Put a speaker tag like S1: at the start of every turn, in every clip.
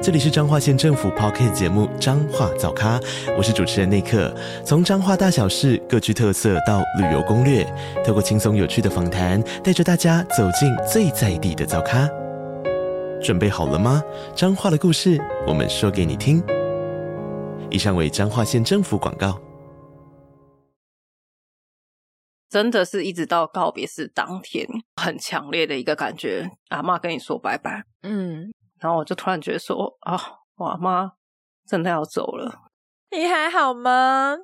S1: 这里是彰化县政府 p o c k t 节目《彰化早咖》，我是主持人内克。从彰化大小事各具特色到旅游攻略，透过轻松有趣的访谈，带着大家走进最在地的早咖。准备好了吗？彰化的故事，我们说给你听。以上为彰化县政府广告。
S2: 真的是一直到告别式当天，很强烈的一个感觉，阿妈跟你说拜拜，
S3: 嗯，
S2: 然后我就突然觉得说，啊，我阿妈真的要走了。
S3: 你还好吗？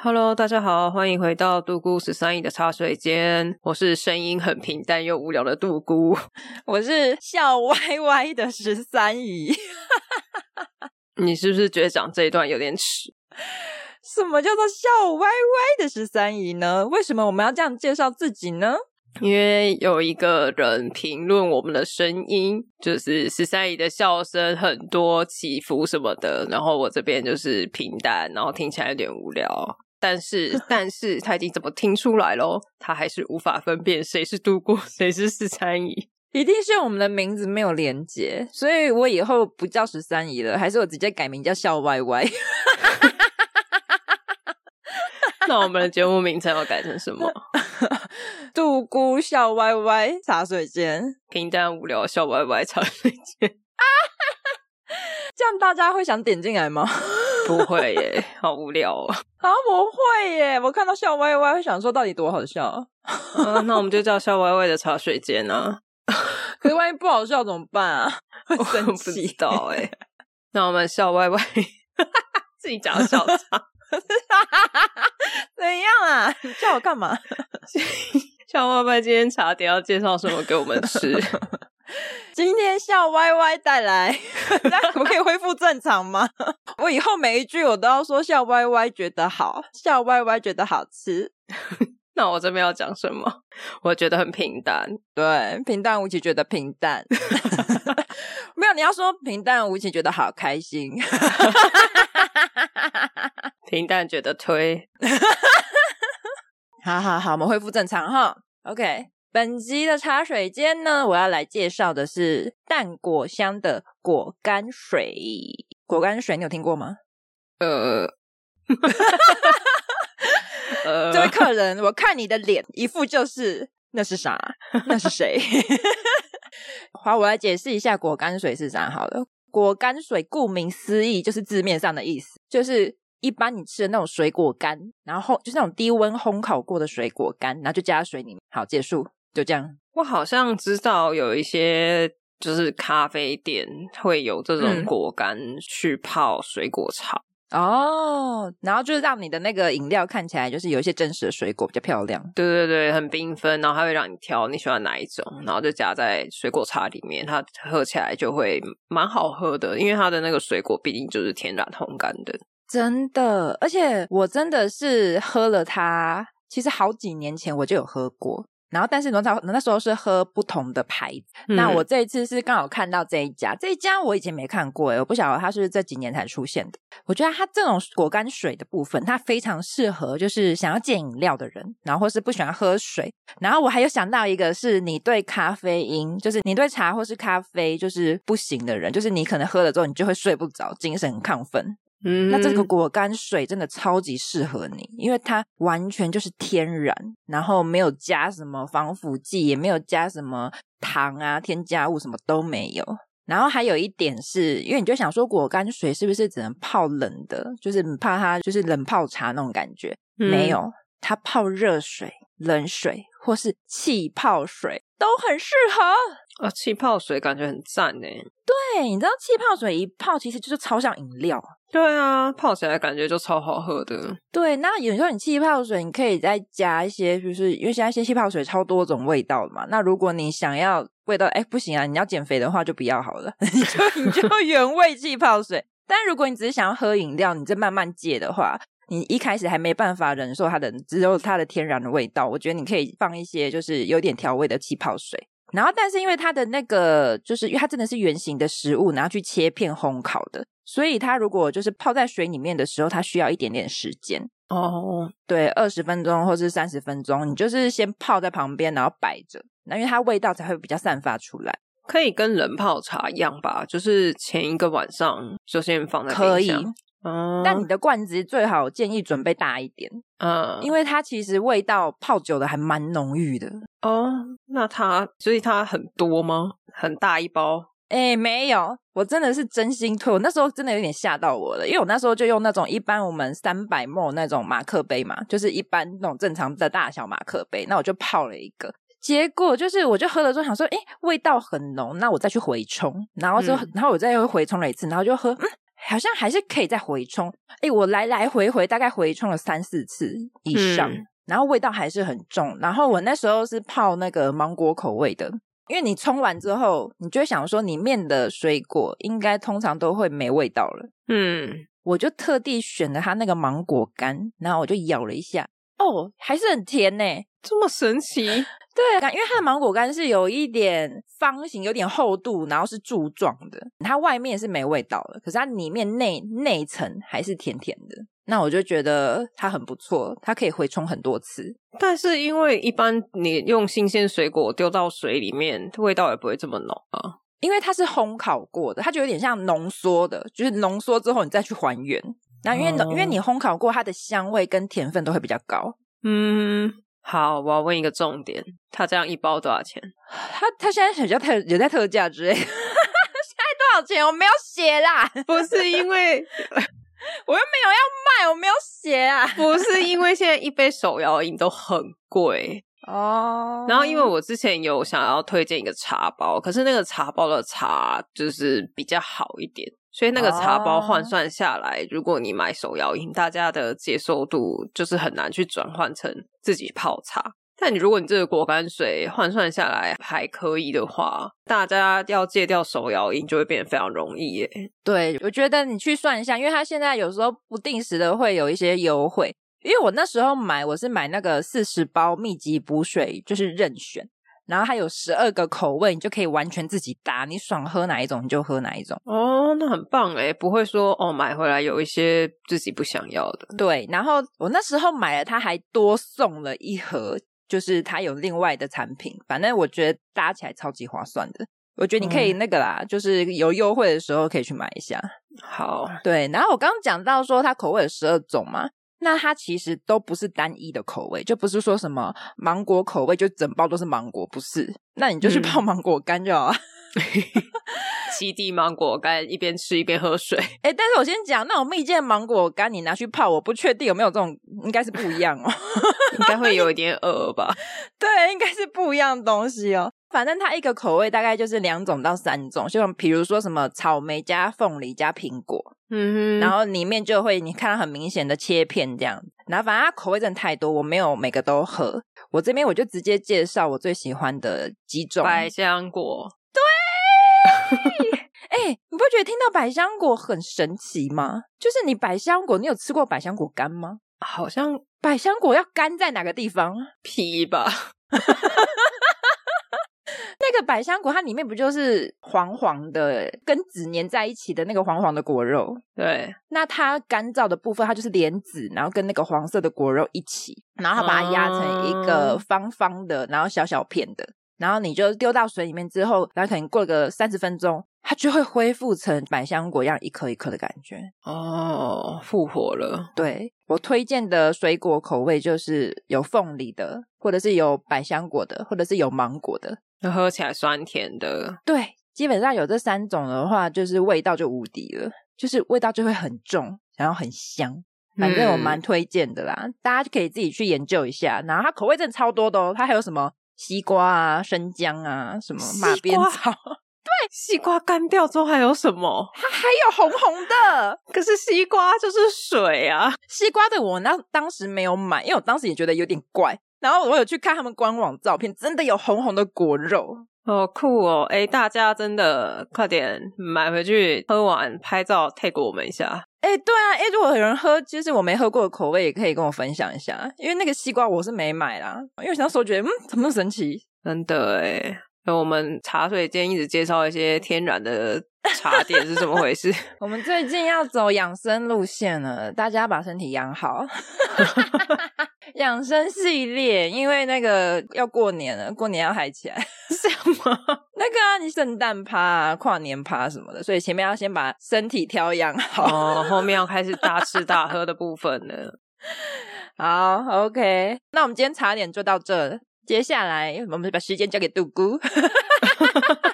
S2: Hello，大家好，欢迎回到杜姑十三姨的茶水间，我是声音很平淡又无聊的杜姑。
S3: 我是笑歪歪的十三姨。
S2: 你是不是觉得讲这一段有点迟？
S3: 什么叫做笑歪歪的十三姨呢？为什么我们要这样介绍自己呢？
S2: 因为有一个人评论我们的声音，就是十三姨的笑声很多起伏什么的，然后我这边就是平淡，然后听起来有点无聊。但 是，但是他已经怎么听出来咯，他还是无法分辨谁是度过，谁是十三姨。
S3: 一定是我们的名字没有连接，所以我以后不叫十三姨了，还是我直接改名叫笑歪歪。
S2: 那我们的节目名称要改成什 么？
S3: 杜姑笑歪歪茶水间，
S2: 平淡无聊笑歪歪 茶水间？
S3: 这样大家会想点进来吗？
S2: 不会耶，好无聊哦。
S3: 啊，我会耶！我看到笑歪歪，会想说到底多好笑。
S2: 啊那我们就叫笑歪歪的茶水间啊。
S3: 可是万一不好笑怎么办啊？ 会
S2: 我
S3: 生
S2: 不
S3: 气
S2: 知。道哎、 那我们笑歪歪， 自己讲 笑场，
S3: 怎样啊？ 你叫我干嘛？
S2: 笑歪歪今天茶点要介绍什么给我们吃？
S3: 今天笑歪歪带来， 那我可以恢复正常吗？ 我以后每一句我都要说笑歪歪觉得好，笑歪歪觉得好吃。
S2: 那我这边要讲什么？我觉得很平淡，
S3: 对，平淡无奇觉得平淡， 没有你要说平淡无奇觉得好开心，
S2: 平淡觉得推。
S3: 好好好，我们恢复正常哈。OK，本集的茶水间呢，我要来介绍的是淡果香的果干水。果干水你有听过吗？
S2: 呃， 呃
S3: 这位客人，我看你的脸，一副就是那是啥？ 那是谁？ 好，我来解释一下果干水是啥好了。果干水顾名思义就是字面上的意思，就是一般你吃的那种水果干，然后就是那种低温烘烤过的水果干，然后就加到水里面。好，结束，就这样。
S2: 我好像知道有一些就是咖啡店会有这种
S3: 嗯
S2: 果干去泡水果茶。
S3: 哦，然后就是让你的那个饮料看起来就是有一些真实的水果比较漂亮。
S2: 对对对，很缤纷，然后它会让你挑你喜欢哪一种，然后就加在水果茶里面，它喝起来就会蛮好喝的，因为它的那个水果毕竟就是天然烘干的。
S3: 真的，而且我真的是喝了它，其实好几年前我就有喝过。然后，但是那时候那时候是喝不同的牌子。那
S2: 嗯
S3: 我这一次是刚好看到这一家，这一家我以前没看过欸诶，我不晓得它是不是这几年才出现的。我觉得它这种果干水的部分，它非常适合就是想要戒饮料的人，然后或是不喜欢喝水。然后我还有想到一个是你对咖啡因，就是你对茶或是咖啡就是不行的人，就是你可能喝了之后你就会睡不着，精神很亢奋。
S2: 嗯
S3: 那这个果干水真的超级适合你，因为它完全就是天然，然后没有加什么防腐剂，也没有加什么糖啊、添加物，什么都没有。然后还有一点是，因为你就想说果干水是不是只能泡冷的，就是你怕它就是冷泡茶那种感觉，
S2: 嗯
S3: 没，有，它泡热水、冷水或是气泡水都很适合。
S2: 嗯啊，气泡水感觉很赞呢。
S3: 对，你知道气泡水一泡其实就是超像饮料。
S2: 对啊，泡起来感觉就超好喝的。
S3: 对，那有时候你气泡水，你可以再加一些，就是因为现在现在气泡水超多种味道的嘛。那如果你想 要味道，哎，不行啊，你要减肥的话就不要好了，你就你就原味气泡水。但如果你只是想要喝饮料，你再慢慢戒的话，你一开始还没办法忍受它的只有它的天然的味道，我觉得你可以放一些就是有点调味的气泡水。然后，但是因为它的那个，就是因为它真的是圆形的食物，然后去切片烘烤的，所以它如果就是泡在水里面的时候，它需要一点点时间。
S2: 哦，
S3: 对，二十分钟或是三十分钟，你就是先泡在旁边，然后摆着，那因为它味道才会比较散发出来。
S2: 可以跟人泡茶一样吧，就是前一个晚上就先放在
S3: 可
S2: 冰
S3: 以，
S2: 箱。嗯，
S3: 但你的罐子最好建议准备大一点，
S2: 嗯，
S3: 因为它其实味道泡久了还蛮浓郁的。
S2: 哦，那它所以它很多吗？很大一包
S3: 哎，没有，我真的是真心推，我那时候真的有点吓到我了，因为我那时候就用那种一般我们三百沫那种马克杯嘛，就是一般那种正常的大小马克杯，那我就泡了一个。结果就是，我就喝了之后想说，哎，味道很浓，那我再去回冲，然后就，
S2: 嗯
S3: 然后我再又回冲了一次，然后就喝，嗯，好像还是可以再回冲。哎，我来来回回大概回冲了三四次以上，
S2: 嗯
S3: 然后味道还是很重。然后我那时候是泡那个芒果口味的，因为你冲完之后，你就会想说里面的水果应该通常都会没味道了。
S2: 嗯，
S3: 我就特地选了它那个芒果干，然后我就咬了一下，哦，还是很甜呢、
S2: 这么神 奇，
S3: 对，感因为它的芒果干是有一点方形，有点厚度，然后是柱状的，它外面是没味道的，可是它里面内内层还是甜甜的。那我就觉得它很不错，它可以回冲很多次。
S2: 但是因为一般你用新鲜水果丢到水里面，味道也不会这么浓啊。
S3: 因为它是烘烤过的，它就有点像浓缩的，就是浓缩之后你再去还原。那因为浓、
S2: 哦
S3: 因为你烘烤过，它的香味跟甜分都会比较高。
S2: 嗯，好，我要问一个重点，它这样一包多少钱？
S3: 它它现在比较特有在特价之类， 现在多少钱？我没有写啦，
S2: 不是因为。
S3: 我又没有要卖，我没有写啊
S2: 不是因为现在一杯手摇饮都很贵，
S3: 哦
S2: 然后因为我之前有想要推荐一个茶包，可是那个茶包的茶就是比较好一点，所以那个茶包
S3: 哦
S2: 换算下来，如果你买手摇饮，大家的接受度就是很难去转换成自己泡茶。但你如果你这个果干水换算下来还可以的话，大家要戒掉手摇饮就会变得非常容易耶。
S3: 对，我觉得你去算一下，因为它现在有时候不定时的会有一些优惠。因为我那时候买，我是买那个四十包密集补水，就是任选，然后它有十二个口味，你就可以完全自己搭，你爽喝哪一种你就喝哪一种。
S2: 哦，那很棒哎，不会说哦买回来有一些自己不想要的。
S3: 对，然后我那时候买了，它还多送了一盒，就是它有另外的产品，反正我觉得搭起来超级划算的。我觉得你可以那个啦，就是有优惠的时候可以去买一下。
S2: 好，
S3: 对，然后我刚刚讲到说它口味有十二种嘛，那它其实都不是单一的口味，就不是说什么芒果口味就整包都是芒果，不是？那你就去
S2: 嗯
S3: 泡芒果干就好了。
S2: 七地芒果干一边吃一边喝水。
S3: 哎、但是我先讲，那种蜜饯芒果干你拿去泡，我不确定有没有这种，应该是不一样哦。
S2: 应该会有一点饿吧？
S3: 对，应该是不一样的东西哦。反正它一个口味大概就是两种到三种，就比如说什么草莓加凤梨加苹果，
S2: 嗯
S3: 然后里面就会你看到很明显的切片这样，然后反正它口味真的太多，我没有每个都喝。我这边我就直接介绍我最喜欢的几种。
S2: 百香果，
S3: 哎、你不觉得听到百香果很神奇吗？就是你百香果，你有吃过百香果干吗？
S2: 好像
S3: 百香果要干在哪个地方？
S2: 皮吧？
S3: 那个百香果它里面不就是黄黄的，跟籽粘在一起的那个黄黄的果肉？
S2: 对，
S3: 那它干燥的部分，它就是莲子，然后跟那个黄色的果肉一起，然后它把它压成一个
S2: 哦
S3: 方方的，然后小小片的，然后你就丢到水里面之后，然后可能过个三十分钟，它就会恢复成百香果一样一颗一颗的感觉。
S2: 哦，复活了。
S3: 对我推荐的水果口味就是有凤梨的，或者是有百香果的，或者是有芒果的。
S2: 那喝起来酸甜的，
S3: 对，基本上有这三种的话，就是味道就无敌了，就是味道就会很重，然后很香。反正我蛮
S2: 嗯
S3: 推荐的啦，大家就可以自己去研究一下。然后它口味真的超多的哦，它还有什么西瓜啊、生姜啊、什么马
S2: 西
S3: 鞭
S2: 瓜
S3: 草，它
S2: 西瓜干掉之后还有什么？
S3: 还有红红的
S2: 可是西瓜就是水啊，
S3: 西瓜的。我那当时没有买，因为我当时也觉得有点怪。然后我有去看他们官网照片，真的有红红的果肉，
S2: 好酷哦！哎，大家真的快点买回去喝完，拍照 tag 我们一下。
S3: 哎、对啊，哎、如果有人喝，就是我没喝过的口味，也可以跟我分享一下。因为那个西瓜我是没买啦，因为我那时候觉得，嗯，怎么那么神奇？
S2: 真的哎，哎我们茶水间一直介绍一些天然的茶点是怎么回事？
S3: 我们最近要走养生路线了，大家把身体养好。 养生系列，因为那个要过年了，过年要嗨起来。
S2: 是这样吗？
S3: 那个啊，你圣诞趴、啊、跨年趴什么的，所以前面要先把身体调养好。
S2: 哦， 后面要开始大吃大喝的部分了。
S3: 好，OK，那我们今天茶点就到这了，接下来我们把时间交给杜姑。 我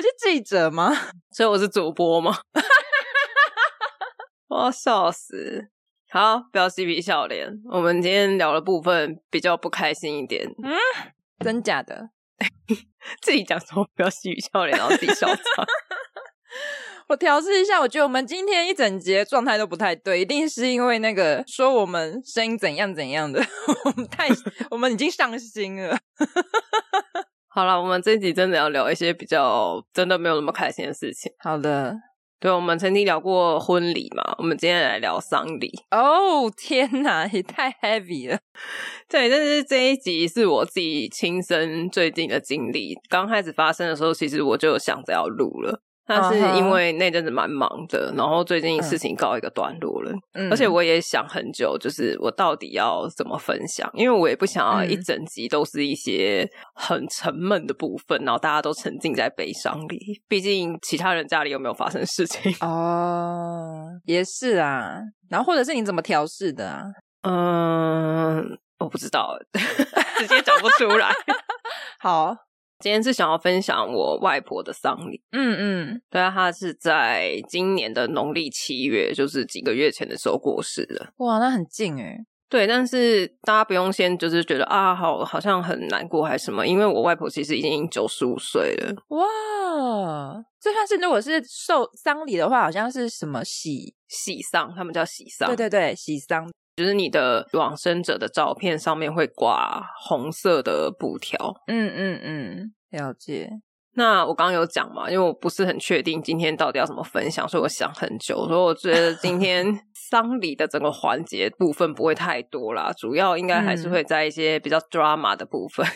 S3: 是记者吗？
S2: 所以我是主播吗？ 我要笑死！好，不要嬉皮笑脸。我们今天聊的部分比较不开心一点，
S3: 嗯真假的？
S2: 自己讲说不要嬉皮笑脸，然后自己笑场。
S3: 我调试一下，我觉得我们今天一整节状态都不太对，一定是因为那个说我们声音怎样怎样的，我们太我们已经上心了。
S2: 好了，我们这一集真的要聊一些比较真的没有那么开心的事情。
S3: 好的，
S2: 对，我们曾经聊过婚礼嘛，我们今天来聊丧礼。
S3: 哦、天哪，也太 heavy 了。
S2: 对，但是这一集是我自己亲身最近的经历。刚开始发生的时候，其实我就有想着要录了，但是
S3: 嗯哼
S2: 因为那阵子蛮忙的，然后最近事情告一个段落了，
S3: 嗯
S2: 而且我也想很久，就是我到底要怎么分享，因为我也不想要
S3: 嗯
S2: 一整集都是一些很沉闷的部分，然后大家都沉浸在悲伤里。毕竟其他人家里有没有发生事情？
S3: 哦，也是啊。然后或者是你怎么调试的啊？
S2: 嗯，我不知道， 直接讲不出来。
S3: 好，
S2: 今天是想要分享我外婆的丧礼。
S3: 嗯嗯，
S2: 对啊，她是在今年的农历七月，就是几个月前的时候过世的。
S3: 哇，那很近欸诶。
S2: 对，但是大家不用先就是觉得啊，好好像很难过还是什么，因为我外婆其实已经九十五岁了。
S3: 哇，这算是如果是寿丧礼的话，好像是什么喜？
S2: 喜丧，他们叫喜丧，
S3: 对对对，喜丧。
S2: 就是你的往生者的照片上面会挂红色的布条。
S3: 嗯嗯嗯，了解。
S2: 那我刚刚有讲嘛，因为我不是很确定今天到底要怎么分享，所以我想很久，所以我觉得今天丧礼的整个环节部分不会太多啦，主要应该还是会在一些比较 drama 的部分。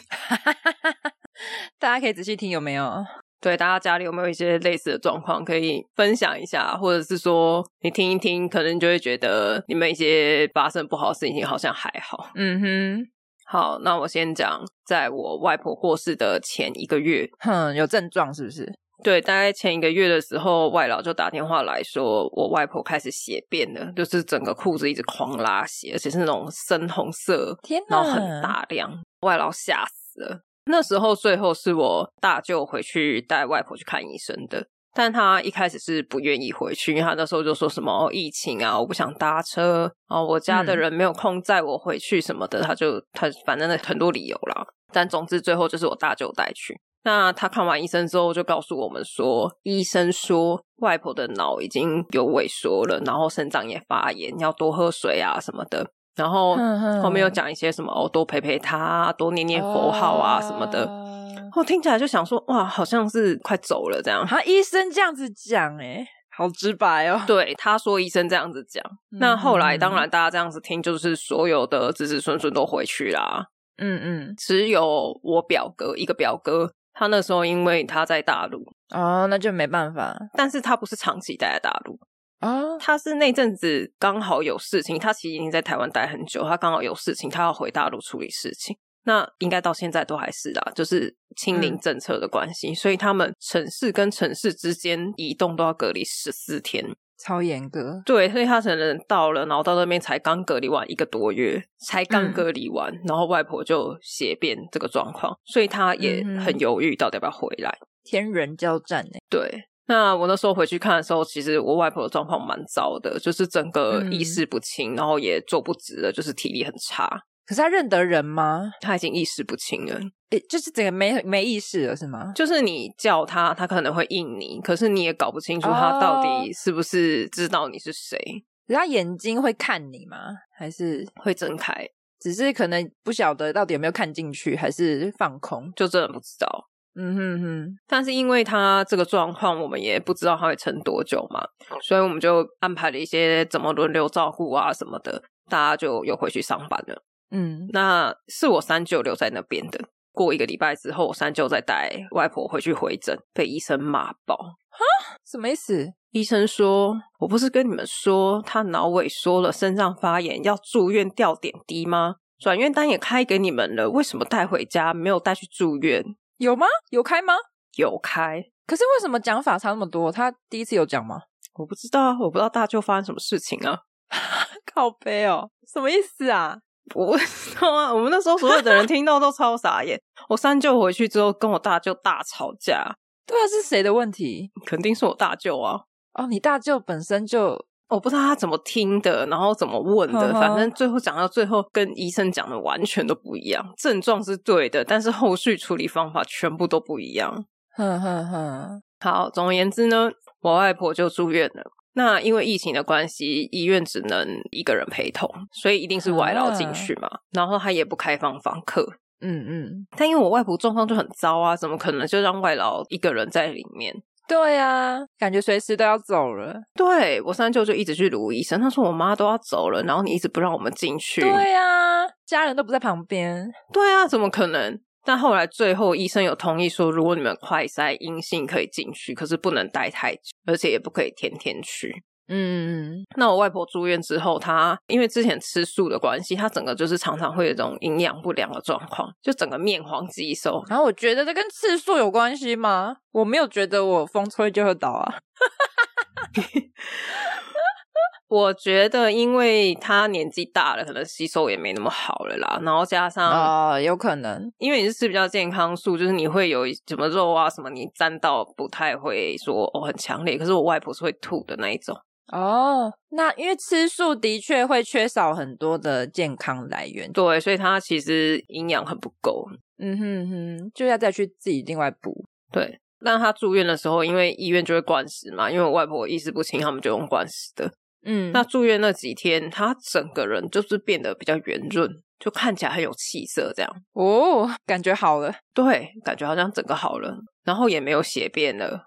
S3: 大家可以仔细听有没有？
S2: 对，大家家里有没有一些类似的状况可以分享一下，或者是说你听一听，可能你就会觉得你们一些发生不好的事情好像还好。
S3: 嗯
S2: 好，那我先讲，在我外婆过世的前一个月，
S3: 哼，哼，有症状是不是？
S2: 对，大概前一个月的时候，外老就打电话来说，我外婆开始血便了，就是整个裤子一直狂拉血，而且是那种深红色，
S3: 天
S2: 然后很，
S3: 嗯
S2: 大量，外老吓死了。那时候最后是我大舅回去带外婆去看医生的，但他一开始是不愿意回去，因为他那时候就说什么、哦、疫情啊，我不想搭车啊、哦，我家的
S3: 嗯
S2: 人没有空载我回去什么的，他就他反正很多理由啦。但总之最后就是我大舅带去。那他看完医生之后，就告诉我们说，医生说外婆的脑已经有萎缩了，然后肾脏也发炎，要多喝水啊什么的。然后
S3: 嗯哼
S2: 后面又讲一些什么哦，多陪陪他啊，多念念佛号啊什么的。
S3: 哦
S2: 我、听起来就想说，哇，好像是快走了这样。
S3: 好像医生这样子讲，哎，好直白哦。嗯
S2: 对，他说医生这样子讲。那后来当然，大家这样子听，就是所有的子子孙孙都回去啦。
S3: 嗯，嗯
S2: 只有我表哥一个表哥，他那时候因为他在大陆，
S3: 嗯，哦，那就没办法
S2: 但是他不是长期待在大陆，
S3: 哦。
S2: 他是那阵子刚好有事情，他其实已经在台湾待很久，他刚好有事情，他要回大陆处理事情。那应该到现在都还是啦，就是清
S3: 嗯
S2: 零政策的关系，所以他们城市跟城市之间移动都要隔离十四天。
S3: 超严格，
S2: 对，所以他可能到了，然后到那边才刚隔离完一个多月，才刚
S3: 嗯
S2: 隔离完，然后外婆就血便这个状况，所以他也
S3: 嗯哼
S2: 很犹豫到底要不要回来。
S3: 天人交战哎。
S2: 对，那我那时候回去看的时候，其实我外婆的状况蛮糟的，就是整个
S3: 嗯
S2: 意识不清，然后也坐不直了，就是体力很差，
S3: 可是他认得人吗？
S2: 她已经意识不清了。
S3: 诶，就是整个没没意识了是吗？
S2: 就是你叫她，她可能会应你，可是你也搞不清楚她
S3: 哦
S2: 到底是不是知道你是谁，
S3: 可是他眼睛会看你吗？还是
S2: 会睁开，
S3: 只是可能不晓得到底有没有看进去，还是放空？
S2: 就真的不知道。
S3: 嗯哼哼，
S2: 但是因为他这个状况，我们也不知道他会撑多久嘛，
S3: 哦
S2: 所以我们就安排了一些怎么轮流照顾啊什么的，大家就又回去上班了。
S3: 嗯
S2: 那是我三舅留在那边的。过一个礼拜之后，我三舅再带外婆回去回诊，被医生骂爆。
S3: 什么意思？
S2: 医生说：“我不是跟你们说他脑萎缩了，肾脏发炎，要住院吊点滴吗？转院单也开给你们了，为什么带回家没有带去住院？
S3: 有吗？有开吗？
S2: 有开，
S3: 可是为什么讲法差那么多？他第一次有讲吗？
S2: 我不知道啊，我不知道大舅发生什么事情啊，
S3: 靠背哦，什么意思啊？
S2: 我不知道啊。我们那时候所有的人听到都超傻眼。我三舅回去之后跟我大舅大吵架，
S3: 对啊，是谁的问题？
S2: 肯定是我大舅啊。
S3: 哦，你大舅本身就
S2: 我不知道他怎么听的，然后怎么问的，
S3: 嗯哼
S2: 反正最后讲到最后跟医生讲的完全都不一样。症状是对的，但是后续处理方法全部都不一样。
S3: 哼哼哼，
S2: 好，总而言之呢，我外婆就住院了。那因为疫情的关系，医院只能一个人陪同，所以一定是外劳进去嘛。然后他也不开放访客，
S3: 啊嗯嗯，
S2: 但因为我外婆状况就很糟啊，怎么可能就让外劳一个人在里面？
S3: 对啊，感觉随时都要走了。
S2: 对我三舅就一直去卢医生，他说我妈都要走了，然后你一直不让我们进去。
S3: 对啊，家人都不在旁边。
S2: 对啊，怎么可能？但后来最后医生有同意说，如果你们快筛阴性可以进去，可是不能待太久，而且也不可以天天去。
S3: 嗯嗯
S2: 那我外婆住院之后，她因为之前吃素的关系，她整个就是常常会有一种营养不良的状况，就整个面黄肌瘦。
S3: 然后我觉得这跟次数有关系吗？我没有觉得我风吹就会倒啊。
S2: 我觉得，因为她年纪大了，可能吸收也没那么好了啦，然后加上、
S3: 啊、有可能。
S2: 因为你是吃比较健康素，就是你会有一什么肉啊什么，你沾到不太会说哦很强烈，可是我外婆是会吐的那一种。
S3: 哦，那因为吃素的确会缺少很多的健康来源。
S2: 对，所以它其实营养很不够。
S3: 嗯哼哼，就要再去自己另外补。
S2: 对，那他住院的时候，因为医院就会灌食嘛，因为我外婆意识不清，他们就用灌食的。
S3: 嗯
S2: 那住院那几天，他整个人就是变得比较圆润，就看起来很有气色，这样。
S3: 哦， 感觉好了，
S2: 对，感觉好像整个好了，然后也没有血便了。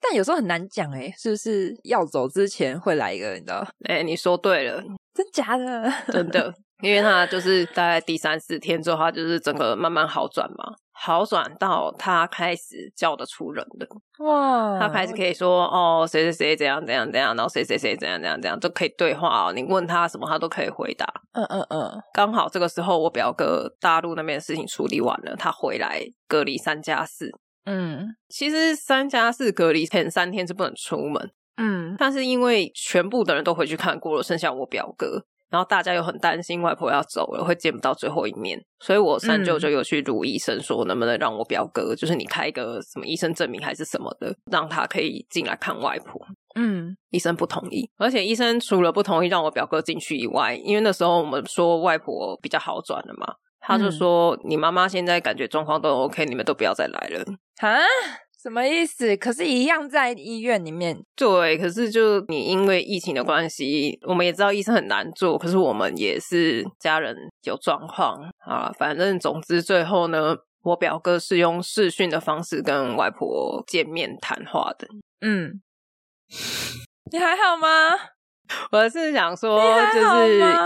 S3: 但有时候很难讲诶，是不是要走之前会来一个？你知道？
S2: 哎，你说对了，
S3: 真假的？
S2: 真的，因为他就是大概第三四天之后，他就是整个慢慢好转嘛，好转到他开始叫得出人了。
S3: 哇，
S2: 他开始可以说哦，谁谁谁怎样怎样怎样，然后谁谁谁怎样怎样怎样，都可以对话哦。你问他什么，他都可以回答。
S3: 嗯嗯嗯，
S2: 刚好这个时候，我表哥大陆那边的事情处理完了，他回来隔离三加四。
S3: 嗯
S2: 其实三加四隔离前三天是不能出门，
S3: 嗯，
S2: 但是因为全部的人都回去看过了，剩下我表哥，然后大家又很担心外婆要走了，会见不到最后一面，所以我三舅
S3: 嗯
S2: 就有去卢医生说，能不能让我表哥，就是你开一个什么医生证明还是什么的，让他可以进来看外婆。
S3: 嗯
S2: 医生不同意，而且医生除了不同意让我表哥进去以外，因为那时候我们说外婆比较好转了嘛，他就说、你妈妈现在感觉状况都 OK，你们都不要再来了。
S3: 啊，什么意思？可是，一样在医院里面，
S2: 对，可是就你因为疫情的关系，我们也知道医生很难做，可是我们也是家人有状况啊，反正总之最后呢，我表哥是用视讯的方式跟外婆见面谈话的。
S3: 嗯，你还好吗？
S2: 我是想说，哦就
S3: 你还好
S2: 是
S3: 吗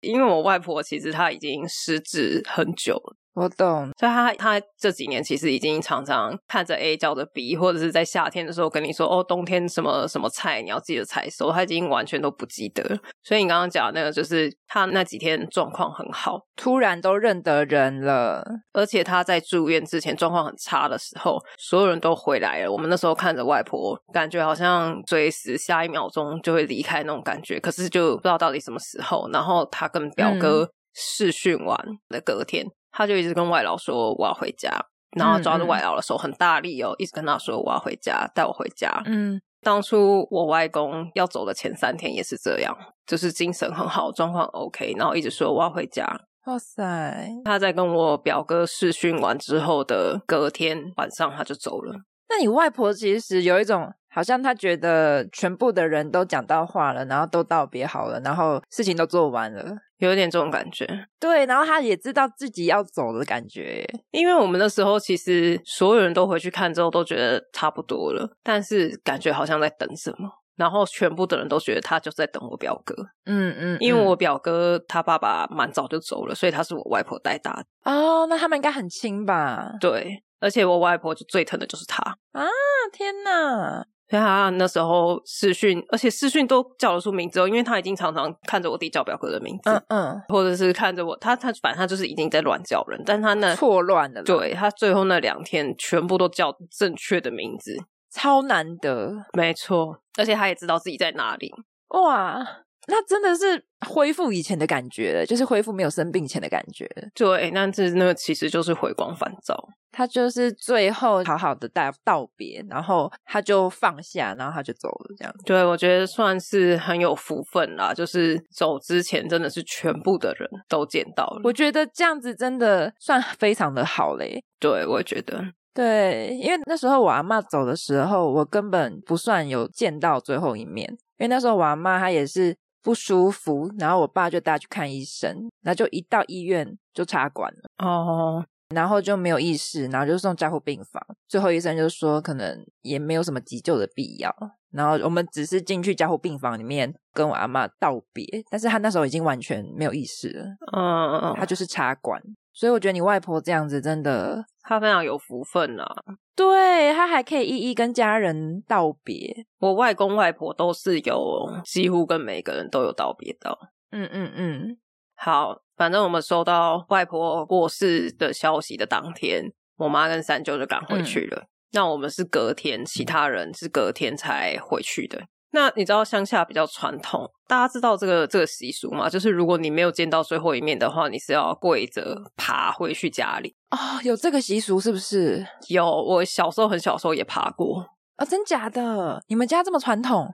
S2: 因为我外婆其实她已经失智很久了。
S3: 我懂，
S2: 所以他他这几年其实已经常常看着 A 叫着 B，或者是在夏天的时候跟你说哦，冬天什么什么菜你要记得采收，他已经完全都不记得了。所以你刚刚讲的那个，就是他那几天状况很好，
S3: 突然都认得人了，
S2: 而且他在住院之前状况很差的时候，所有人都回来了。我们那时候看着外婆，感觉好像随时下一秒钟就会离开那种感觉，可是就不知道到底什么时候。然后他跟表哥试训完的隔天，他就一直跟外劳说我要回家，然后抓住外劳的手很大力哦，一直跟他说我要回家，带我回家。
S3: 嗯
S2: 当初我外公要走的前三天也是这样，就是精神很好，状况 OK，然后一直说我要回家，
S3: 哇塞，
S2: 他在跟我表哥试训完之后的隔天晚上，他就走了。
S3: 那你外婆其实有一种好像他觉得全部的人都讲到话了，然后都道别好了，然后事情都做完了，
S2: 有点这种感觉。
S3: 对，然后他也知道自己要走的感觉耶，
S2: 因为我们那时候其实所有人都回去看之后都觉得差不多了，但是感觉好像在等什么。然后全部的人都觉得他就是在等我表哥，
S3: 嗯嗯
S2: 因为我表哥他爸爸蛮早就走了，所以他是我外婆带大的。
S3: 哦，那他们应该很亲吧？
S2: 对，而且我外婆就最疼的就是他，
S3: 啊天哪，
S2: 所以他那时候视讯，而且视讯都叫得出名字哦，因为他已经常常看着我弟叫表哥的名字，
S3: 嗯嗯，
S2: 或者是看着我，他他反正他就是一定在乱叫人，但他那
S3: 错乱了，，
S2: 对他最后那两天全部都叫正确的名字，
S3: 超难得
S2: 没错，而且他也知道自己在哪里，
S3: 哇，那真的是恢复以前的感觉了，就是恢复没有生病前的感觉了。
S2: 对，但是那个其实就是回光返照，
S3: 他就是最后好好的道道别，然后他就放下，然后他就走了，这样。
S2: 对我觉得算是很有福分啦，就是走之前真的是全部的人都见到了，
S3: 我觉得这样子真的算非常的好嘞。
S2: 对我也觉得
S3: 对，因为那时候我阿嬷走的时候，我根本不算有见到最后一面，因为那时候我阿嬷她也是不舒服，然后我爸就带她去看医生，然后就一到医院就插管了，
S2: 哦，
S3: 然后就没有意识，然后就送加护病房，最后医生就说可能也没有什么急救的必要，然后我们只是进去加护病房里面跟我阿嬷道别，但是她那时候已经完全没有意识了，
S2: 嗯嗯，
S3: 她就是插管，所以我觉得你外婆这样子真的
S2: 他非常有福分啦。
S3: 对他还可以一一跟家人道别。
S2: 我外公外婆都是有，几乎跟每个人都有道别到。
S3: 嗯嗯嗯，
S2: 好，反正我们收到外婆过世的消息的当天，我妈跟三舅就赶回去了。那我们是隔天，其他人是隔天才回去的。那你知道乡下比较传统，大家知道这个这个习俗吗？就是如果你没有见到最后一面的话，你是要跪着爬回去家里。
S3: 哦，有这个习俗是不是？
S2: 有，我小时候很小时候也爬过，
S3: 哦，真假的？你们家这么传统？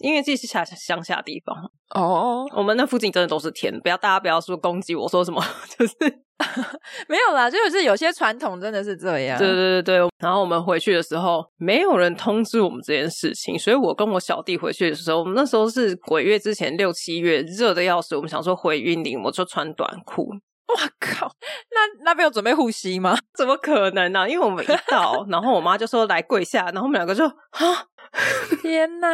S2: 因为这是下乡下地方，
S3: 哦，
S2: 我们那附近真的都是田，不要大家不要说攻击我说什么， 就是
S3: 没有啦，就是有些传统真的是这样。
S2: 对对对对。然后我们回去的时候，没有人通知我们这件事情，所以我跟我小弟回去的时候，我们那时候是鬼月之前六七月，热的要死，我们想说回云林，我就穿短裤，
S3: 哇 靠，那那边有准备护膝吗？
S2: 怎么可能呢、因为我们一到，然后我妈就说来跪下，然后我们两个就啊。
S3: 天哪！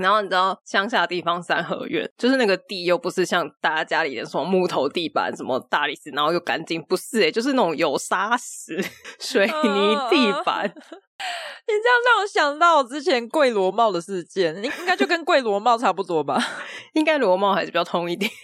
S2: 然后你知道乡下地方三合院，就是那个地又不是像大家家里人什么木头地板、什么大理石，然后又干净，不是诶、欸就是那种有沙石、 水泥地板，
S3: 你这样让我想到我之前贵罗帽的事件，你应该就跟贵罗帽差不多吧？
S2: 应该螺帽还是比较痛一点。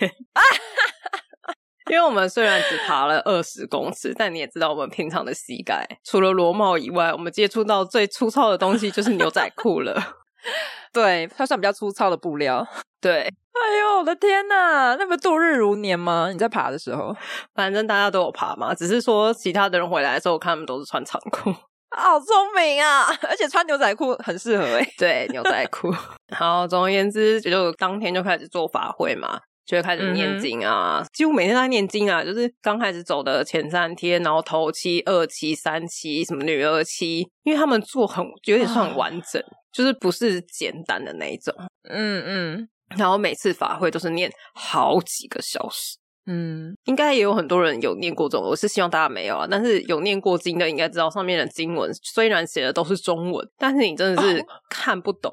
S2: 因为我们虽然只爬了二十公尺，但你也知道我们平常的膝盖，除了螺帽以外，我们接触到最粗糙的东西就是牛仔裤了。
S3: 对，它算比较粗糙的布料。
S2: 对，
S3: 哎呦，我的天哪，那不度日如年吗？你在爬的时候？
S2: 反正大家都有爬嘛，只是说其他的人回来的时候，我看他们都是穿长裤，
S3: 好聪明啊！ 而且穿牛仔裤很适合欸诶、
S2: 对，牛仔 裤。好，总而言之，就当天就开始做法会嘛。就会开
S3: 嗯
S2: 始念经啊，几乎每天都在念经啊。就是刚开始走的前三天，然后头七、二七、三七，什么女儿七，因为他们做很有点
S3: 啊
S2: 算完整，就是不是简单的那一种。
S3: 嗯嗯
S2: 然后每次法会都是念好几个小时，
S3: 嗯，
S2: 应该也有很多人有念过这种，我是希望大家没有啊。但是有念过经的应该知道，上面的经文虽然写的都是中文，但是你真的
S3: 啊
S2: 是看不懂。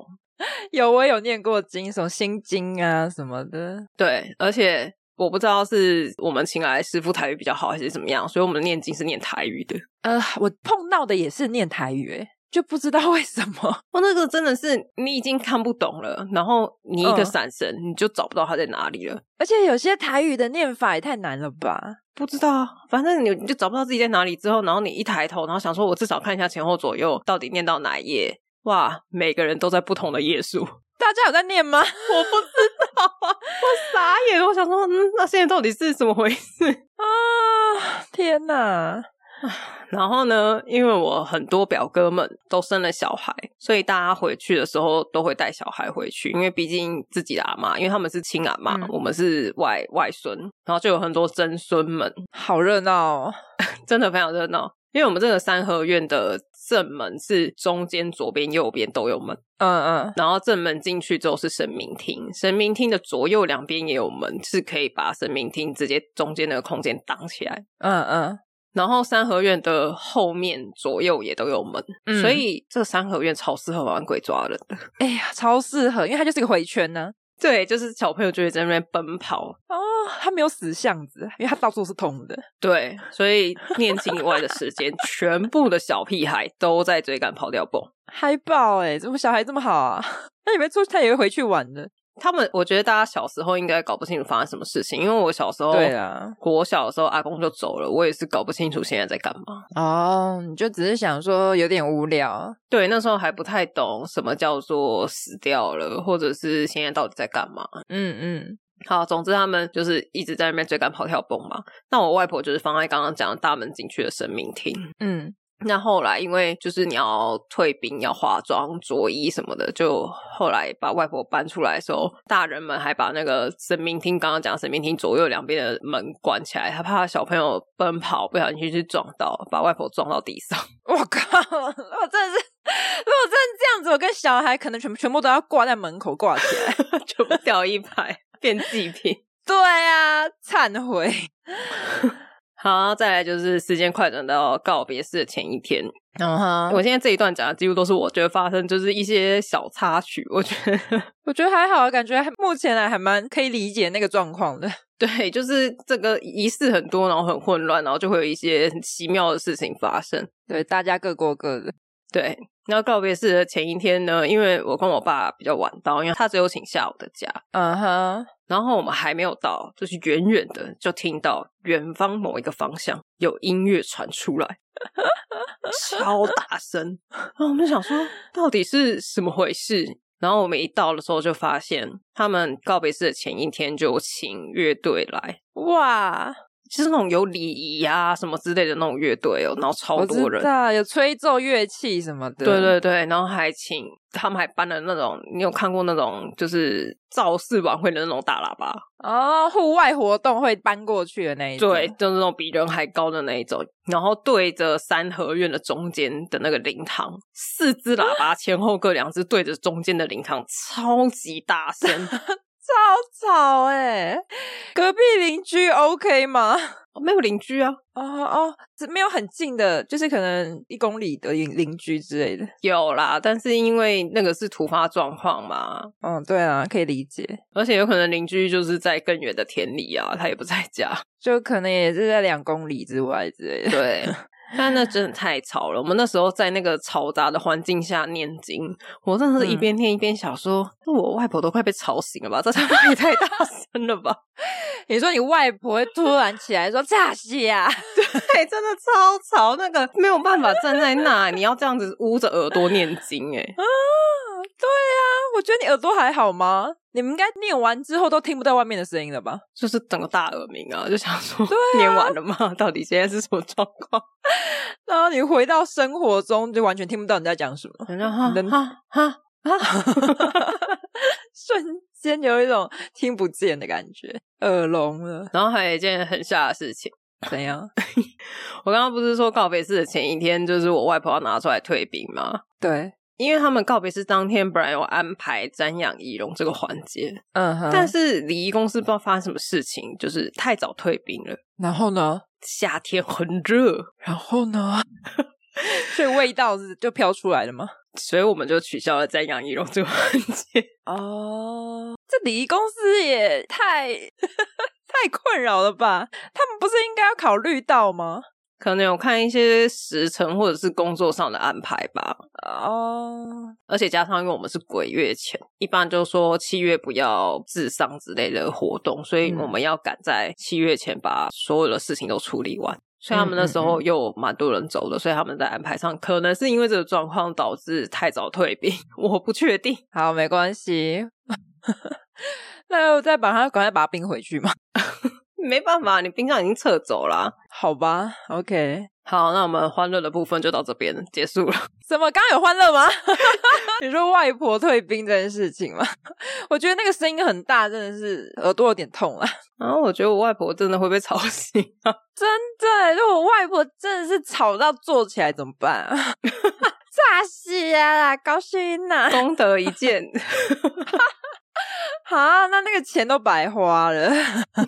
S3: 有我有念过经，什么心经啊什么的。
S2: 对，而且我不知道是我们请来的师傅台语比较好还是怎么样，所以我们念经是念台语的。
S3: 呃，我碰到的也是念台语、诶，就不知道为什么。
S2: 哦，那个真的是你已经看不懂了，然后你一个
S3: 嗯
S2: 闪神，你就找不到他在哪里了。
S3: 而且有些台语的念法也太难了吧？
S2: 不知道啊，反正你你就找不到自己在哪里。之后，然后你一抬头，然后想说，我至少看一下前后左右到底念到哪一页。哇，每个人都在不同的页数，我
S3: 大家有在念吗？我不知道啊
S2: 傻眼。我想说，嗯，那现在到底是怎么回事？
S3: 啊！天哪！
S2: 然后呢，因为我很多表哥们都生了小孩，所以大家回去的时候都会带小孩回去，因为毕竟自己的阿妈，因为他们是亲阿妈，
S3: 嗯
S2: 我们是外外孙，然后就有很多曾孙们，
S3: 好热闹、哦。
S2: 真的非常热闹。因为我们这个三合院的正门是中间左边右边都有门，
S3: 嗯嗯，
S2: 然后正门进去之后是神明厅，神明厅的左右两边也有门，是可以把神明厅直接中间那个空间挡起来。
S3: 嗯嗯，
S2: 然后三合院的后面左右也都有门，
S3: 嗯
S2: 所以这三合院超适合玩鬼抓人的。
S3: 哎呀，超适合，因为它就是个回圈呢、
S2: 对，就是小朋友就会在那边奔跑，
S3: 哦，它没有死巷子，因为它到处是通的。
S2: 对，所以念经以外的时间，全部的小屁孩都在追赶跑掉蹦。
S3: 嗨爆哎、怎么小孩这么好啊？ 那你们出去，他也会回去玩的。
S2: 他们，我觉得大家小时候应该搞不清楚发生什么事情，因为我小时候，
S3: 对啊，
S2: 国小的时候阿公就走了，我也是搞不清楚现在在干嘛。
S3: 哦，你就只是想说有点无聊，
S2: 对，那时候还不太懂什么叫做死掉了，或者是现在到底在干嘛。
S3: 嗯嗯，
S2: 好，总之他们就是一直在那边追赶跑跳蹦嘛。那我外婆就是放在刚刚讲的大门进去的神明厅，
S3: 嗯，
S2: 那后来因为就是你要退兵、要化妆、着衣什么的，就后来把外婆搬出来的时候，大人们还把那个神明厅刚刚讲的神明厅左右两边的门关起来，他怕小朋友奔跑不小心去撞到，把外婆撞到地上。
S3: 我靠， 我真的是，如果真的这样子，我跟小孩可能全部全部都要挂在门口挂起来。
S2: 全部掉一排，变祭品。
S3: 对啊，忏悔。
S2: 好，再来就是时间快转到告别式的前一天。
S3: 嗯哼
S2: 我
S3: 我
S2: 现在这一段讲的几乎都是我觉得发生，就是一些小插曲。我觉得
S3: 我觉得还好，啊感觉还目前来还蛮可以理解那个状况的。
S2: 对，就是这个仪式很多，然后很混乱，然后就会有一些很奇妙的事情发生。
S3: 对，大家各过各的。
S2: 对，然后告别式的前一天呢，因为我跟我爸比较晚到，因为他只有请下午的假，
S3: 嗯哼，
S2: 然后我们还没有到，就是远远的就听到远方某一个方向有音乐传出来，超大声。 然后我们就想说，到底是什么回事？然后我们一到的时候就发现，他们告别式的前一天就请乐队来，
S3: 哇，
S2: 就是那种有礼仪啊什么之类的那种乐队哦，然后超
S3: 我
S2: 多人
S3: 知。道有吹奏乐器什么的。
S2: 对对对，然后还请他们还搬了那种，你有看过那种就是造势晚会的那种大喇叭？
S3: 哦，户外活动会搬过去的那一种。
S2: 对，，就是那种比人还高的那一种，然后对着三合院的中间的那个灵堂，四只喇叭前后各两只对着中间的灵堂，超级大声。
S3: 超吵哎、隔壁邻居 OK 吗？
S2: 哦没有邻居啊，
S3: 哦哦，这没有很近的，就是可能一公里的邻邻居之类的。
S2: 有啦，但是因为那个是突发状况嘛，
S3: 嗯，对啊，可以理解，
S2: 而且有可能邻居就是在更远的田里啊，他也不在家。
S3: 就可能也是在两公里之外之类的。
S2: 对，但那真的太吵了。我们那时候在那个嘈杂的环境下念经，我真的是一
S3: 嗯
S2: 边念一边想说，那我外婆都快被吵醒了吧？这他妈也太大 声了吧！
S3: 你说你外婆会突然起来说：“炸西啊
S2: 对，真的超吵，那个没有办法站在那，你要这样子捂着耳朵念经，哎，！”
S3: 对啊，我觉得你耳朵还好吗？你们应该念完之后都听不到外面的声音了吧？
S2: 就是整个大耳鸣啊，就想说 念完了吗？到底现在是什么状况？
S3: 然后你回到生活中就完全听不到你在讲什么，
S2: 然后
S3: 人
S2: 哈哈
S3: 啊
S2: 哈，
S3: 瞬间有一种听不见的感觉，耳聋了。
S2: 然后还有一件很吓的事情。
S3: 怎样？
S2: 我刚刚不是说告别式的前一天，就是我外婆要拿出来退兵吗？
S3: 对，
S2: 因为他们告别式当天本来有安排瞻仰仪容这个环节，
S3: 嗯哼
S2: 但是礼仪公司不知道发生什么事情，就是太早退兵了。
S3: 然后呢？
S2: 夏天很热，
S3: 然后呢？ 所以味道是就飘出来了吗？
S2: 所以我们就取消了瞻仰仪容这个环节。
S3: 哦，这礼仪公司也太 太困扰了吧？他们不是应该要考虑到吗？
S2: 可能有看一些时辰或者是工作上的安排吧，
S3: 哦，
S2: 而且加上因为我们是鬼月前，一般就说七月不要治丧之类的活动，所以
S3: 嗯
S2: 我们要赶在七月前把所有的事情都处理完。所以他们
S3: 嗯
S2: 那
S3: 嗯
S2: 时候又蛮多人走的，所以他们在安排上可能是因为这个状况导致太早退兵， 我不确定。
S3: 好，没关系。那我再把它赶快把它冰回去嘛。
S2: 没办法，你冰箱已经撤走了啊。
S3: 好吧，OK。
S2: 好，那我们欢乐的部分就到这边结束了。
S3: 什么？刚刚有欢乐吗？ 你说外婆退兵这件事情吗？ 我觉得那个声音很大，真的是耳朵有点痛啊 了。
S2: 然后我觉得我外婆真的会被吵醒 啊，
S3: 真的，如果外婆真的是吵到坐起来怎么办啊？ 炸死啊啦！高兴呐、
S2: 功德一件。
S3: 啊！那那个钱都白花了，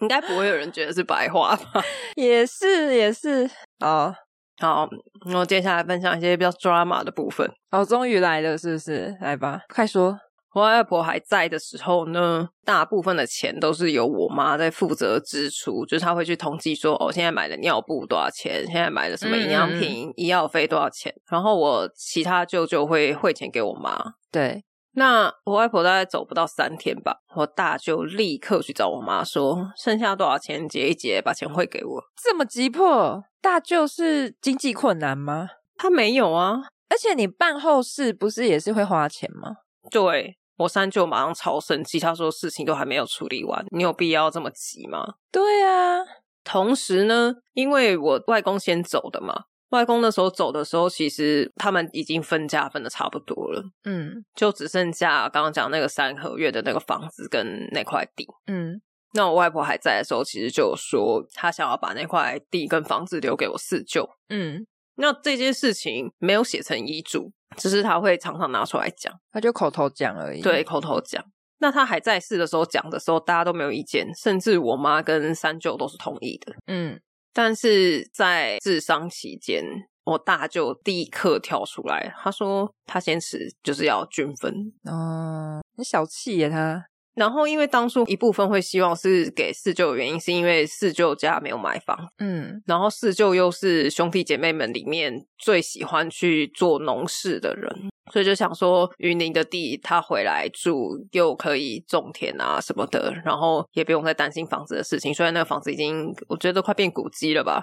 S2: 应该不会有人觉得是白话吧？
S3: 也是也是哦
S2: 好，那我接下来分享一些比较 drama 的部分。
S3: 哦，终于来了，是不是？来吧，快说！
S2: 我外婆还在的时候呢，大部分的钱都是由我妈在负责支出，就是她会去统计说，哦，现在买的尿布多少钱，现在买的什么营养品、医药费多少钱，然后我其他舅舅会汇钱给我妈。
S3: 对，
S2: 那我外婆大概走不到三天吧，我大舅立刻去找我妈说，剩下多少钱结一结，把钱汇给我。
S3: 这么急迫，大舅是经济困难吗？
S2: 她没有啊，
S3: 而且你办后事不是也是会花钱吗？
S2: 对我三舅马上超生气，他说事情都还没有处理完，你有必要这么急吗？
S3: 对啊，
S2: 同时呢，因为我外公先走的嘛，外公那时候走的时候，其实他们已经分家分的差不多了，
S3: 嗯
S2: 就只剩下刚刚讲那个三合院的那个房子跟那块地。
S3: 嗯，
S2: 那我外婆还在的时候，其实就有说她想要把那块地跟房子留给我四舅。
S3: 嗯，
S2: 那这件事情没有写成遗嘱，只是他会常常拿出来讲。
S3: 他就口头讲而已。
S2: 对，，口头讲。那他还在世的时候讲的时候，大家都没有意见，甚至我妈跟三舅都是同意的。
S3: 嗯，
S2: 但是在治伤期间，我大舅立刻跳出来，他说他坚持就是要均分。
S3: 哦，很小气耶，他。
S2: 然后因为当初一部分会希望是给四舅的原因，是因为四舅家没有买房，
S3: 嗯
S2: 然后四舅又是兄弟姐妹们里面最喜欢去做农事的人，所以就想说云林的地他回来住又可以种田啊什么的，然后也不用再担心房子的事情。虽然那个房子已经我觉得都快变古迹了吧，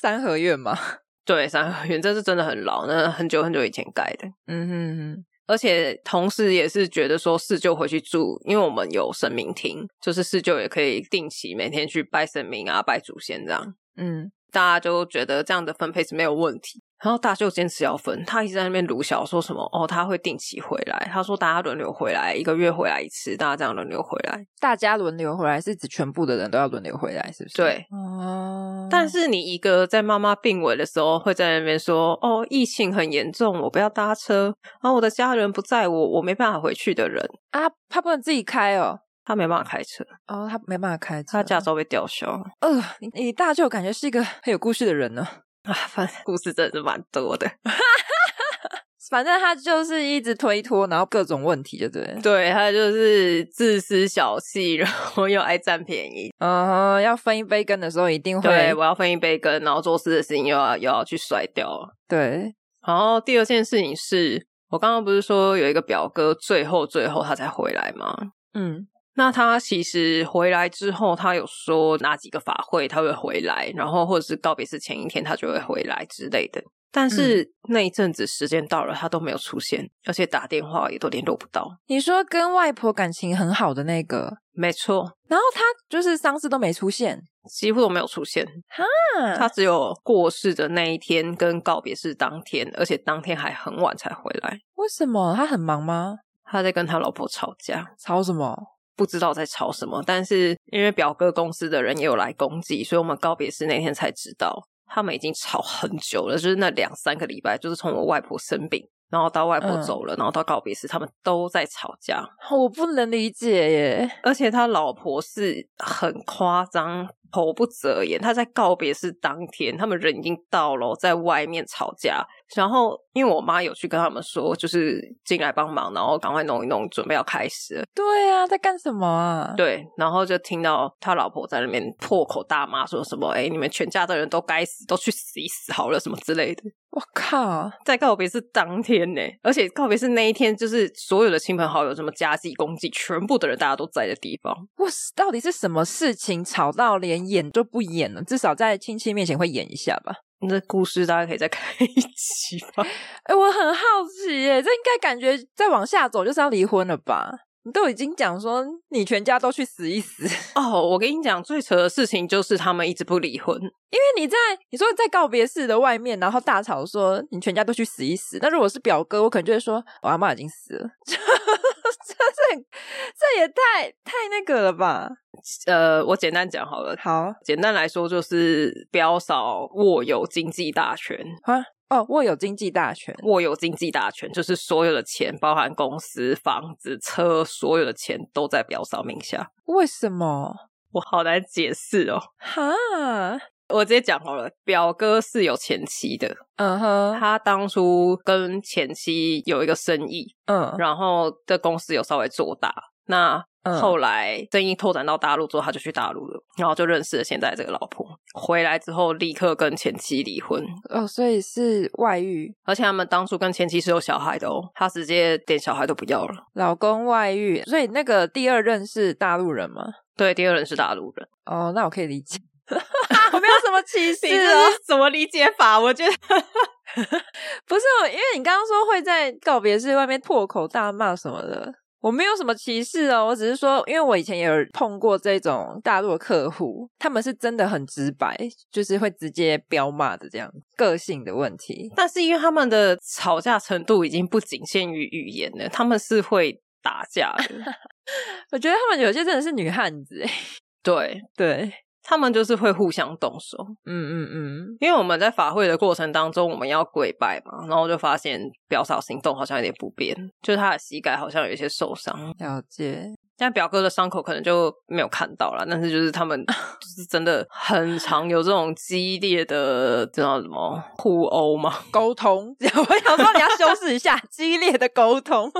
S3: 三合院嘛。
S2: 对，三合院这是真的很老，那很久很久以前盖的。
S3: 嗯哼哼，
S2: 而且同时也是觉得说四舅回去住，因为我们有神明厅，就是四舅也可以定期每天去拜神明啊、拜祖先这样。
S3: 嗯，
S2: 大家就觉得这样的分配是没有问题。然后大舅坚持要分，他一直在那边鲁小说什么哦，他会定期回来，他说大家轮流回来，一个月回来一次，大家这样轮流回来。
S3: 大家轮流回来是指全部的人都要轮流回来，是不是？
S2: 对，
S3: 哦，
S2: 但是你一个在妈妈病危的时候，会在那边说哦，疫情很严重，我不要搭车，然后我的家人不在我，我没办法回去的人，
S3: 啊，他不能自己开哦。
S2: 他没办法开车，
S3: 哦，他没办法开车，
S2: 他驾照被吊销
S3: 呃，你你大舅感觉是一个很有故事的人呢。
S2: 啊，反正故事真的是蛮多的。
S3: 反正他就是一直推脱，然后各种问题，就对了。
S2: 对他就是自私小气，然后又爱占便宜，
S3: 嗯哼，要分一杯羹的时候一定会
S2: 对，我要分一杯羹，然后做事的事情又要又要去甩掉了。
S3: 对
S2: 然后第二件事情是我刚刚不是说有一个表哥最后最后他才回来吗？
S3: 嗯
S2: 那他其实回来之后，他有说哪几个法会他会回来，然后或者是告别式前一天他就会回来之类的。但是那一阵子时间到了，他都没有出现，而且打电话也都联络不到。
S3: 你说跟外婆感情很好的那个，
S2: 没错，
S3: 然后他就是上次都没出现，
S2: 几乎都没有出现。
S3: 嗯
S2: 他只有过世的那一天跟告别式当天，而且当天还很晚才回来。
S3: 为什么他很忙吗？
S2: 他在跟他老婆吵架，
S3: 吵什么？
S2: 不知道在吵什么。但是因为表哥公司的人也有来攻击，所以我们告别式那天才知道，他们已经吵很久了，就是那两三个礼拜，就是从我外婆生病，然后到外婆走了，然后到告别式，他们都在吵架。
S3: 我不能理解耶。
S2: 而且他老婆是很夸张，口不择言。他在告别式当天，他们人已经到了，在外面吵架。然后因为我妈有去跟他们说，就是进来帮忙，然后赶快弄一弄，准备要开始了。
S3: 对啊，在干什么啊？
S2: 对，然后就听到他老婆在那边破口大骂，说什么“哎，你们全家的人都该死，都去死一死好了”什么之类的。
S3: 我靠，
S2: 在告别式当天呢，而且告别式那一天，就是所有的亲朋好友、什么家祭、公祭，全部的人大家都在的地方。
S3: 我是到底是什么事情吵到连演都不演了？至少在亲戚面前会演一下吧。
S2: 那故事大家可以再开一集吧。
S3: 哎，我很好奇耶，这应该感觉再往下走就是要离婚了吧？你都已经讲说你全家都去死一死，
S2: 哦，我跟你讲，最扯的事情就是他们一直不离婚。
S3: 因为你在你说在告别式的外面，然后大吵说你全家都去死一死。那如果是表哥，我可能就会说我阿妈已经死了， 这这这也太太那个了吧？
S2: 呃，我简单讲好了，
S3: 好
S2: 简单来说就是表嫂握有经济大权，
S3: 啊，哦，握有经济大权，
S2: 握有经济大权就是所有的钱，包含公司、房子、车，所有的钱都在表嫂名下。
S3: 为什么？
S2: 我好难解释哦，
S3: 哈，
S2: 我直接讲好了，表哥是有前妻的，
S3: 嗯哼，
S2: 他当初跟前妻有一个生意，
S3: 嗯
S2: 然后这公司有稍微做大，那
S3: 嗯
S2: 后来生意拓展到大陆之后，他就去大陆了，然后就认识了现在这个老婆。回来之后，立刻跟前妻离婚，
S3: 哦，所以是外遇，
S2: 而且他们当初跟前妻是有小孩的哦，他直接连小孩都不要了。
S3: 老公外遇，所以那个第二任是大陆人吗？
S2: 对，第二人是大陆人，
S3: 哦，那我可以理解， 我没有什么歧视
S2: 你这
S3: 哦。
S2: 是怎么理解法？我觉得
S3: 不是，哦因为你刚刚说会在告别式外面破口大骂什么的，我没有什么歧视哦，我只是说，因为我以前也有碰过这种大陆的客户，他们是真的很直白，就是会直接彪骂的这样，个性的问题。
S2: 但是因为他们的吵架程度已经不仅限于语言了，他们是会打架的。
S3: 我觉得他们有些真的是女汉子，哎，
S2: 对
S3: 对，
S2: 他们就是会互相动手，
S3: 嗯嗯嗯，
S2: 因为我们在法会的过程当中，我们要跪拜嘛，然后就发现表嫂行动好像有点不便，就是她的膝盖好像有一些受伤，
S3: 了解。
S2: 但表哥的伤口可能就没有看到啦，但是就是他 们就是真的很常有这种激烈的，知道什么互殴嘛，
S3: 沟通， 我想说你要修饰一下 激烈的沟通。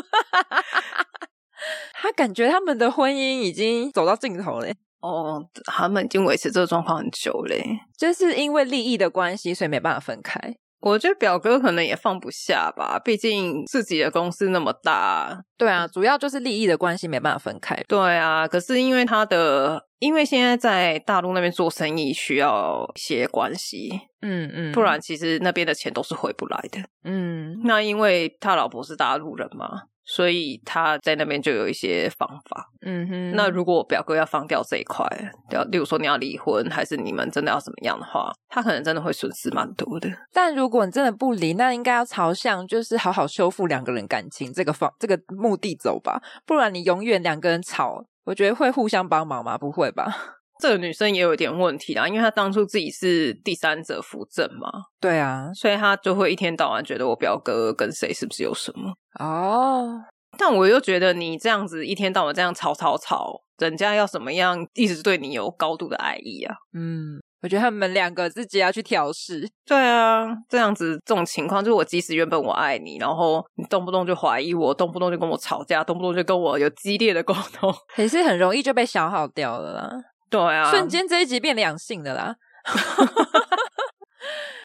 S3: 他感觉他们的婚姻已经走到尽头了，
S2: 哦，他们已经维持这个状况很久嘞。
S3: 就是因为利益的关系，所以没办法分开。
S2: 我觉得表哥可能也放不下吧，毕竟自己的公司那么大。
S3: 对啊，主要就是利益的关系没办法分开。
S2: 对啊，可是因为他的，因为现在在大陆那边做生意需要一些关系，
S3: 嗯嗯
S2: 不然其实那边的钱都是回不来的。
S3: 嗯，
S2: 那因为他老婆是大陆人嘛，所以他在那边就有一些方法。
S3: 嗯哼
S2: 那如果我表哥要放掉这一块，要例如说你要离婚，还是你们真的要怎么样的话，他可能真的会损失蛮多的。
S3: 但如果你真的不离，那应该要朝向就是好好修复两个人感情这个方这个目的走吧，不然你永远两个人吵，我觉得会互相帮忙吗？不会吧？
S2: 这个女生也有一点问题啦，因为她当初自己是第三者扶正嘛，
S3: 对啊，
S2: 所以她就会一天到晚觉得我表哥跟谁是不是有什么。
S3: 哦，
S2: 但我又觉得你这样子一天到晚这样吵吵吵，人家要怎么样，一直对你有高度的爱意啊？
S3: 嗯，我觉得他们两个自己要去调试。
S2: 对啊，这样子这种情况，就是我即使原本我爱你，然后你动不动就怀疑我，动不动就跟我吵架，动不动就跟我有激烈的沟通。
S3: 也是很容易就被消耗掉了啦，
S2: 对啊，
S3: 瞬间这一集变两性的啦。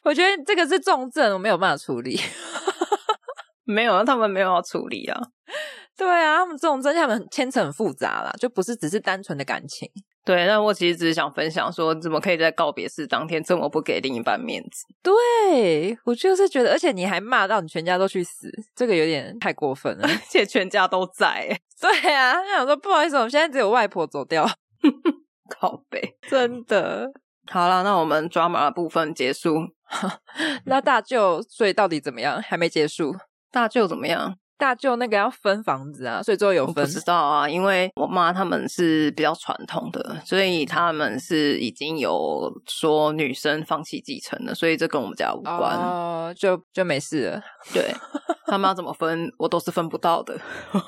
S3: 我觉得这个是重症，我没有办法处理。
S2: 没有，他们没有要处理啊。
S3: 对啊，他们这种真的他们很牵扯很复杂啦，就不是只是单纯的感情。
S2: 对，那我其实只是想分享说，怎么可以在告别式当天这么不给另一半面子？
S3: 对我就是觉得，而且你还骂到你全家都去死，这个有点太过分了。
S2: 而且全家都在、欸，
S3: 对啊，那想说不好意思，我们现在只有外婆走掉，
S2: 靠背。
S3: 真的。
S2: 好了，那我们抓马的部分结束。
S3: 那大舅所以到底怎么样？还没结束。
S2: 大舅怎么样？
S3: 大舅那个要分房子啊，所以最后有
S2: 我不
S3: 分。
S2: 知道啊，因为我妈他们是比较传统的，所以他们是已经有说女生放弃继承了，所以这跟我们家无关。
S3: 哦，就就没事了。
S2: 对，他们要怎么分，我都是分不到的。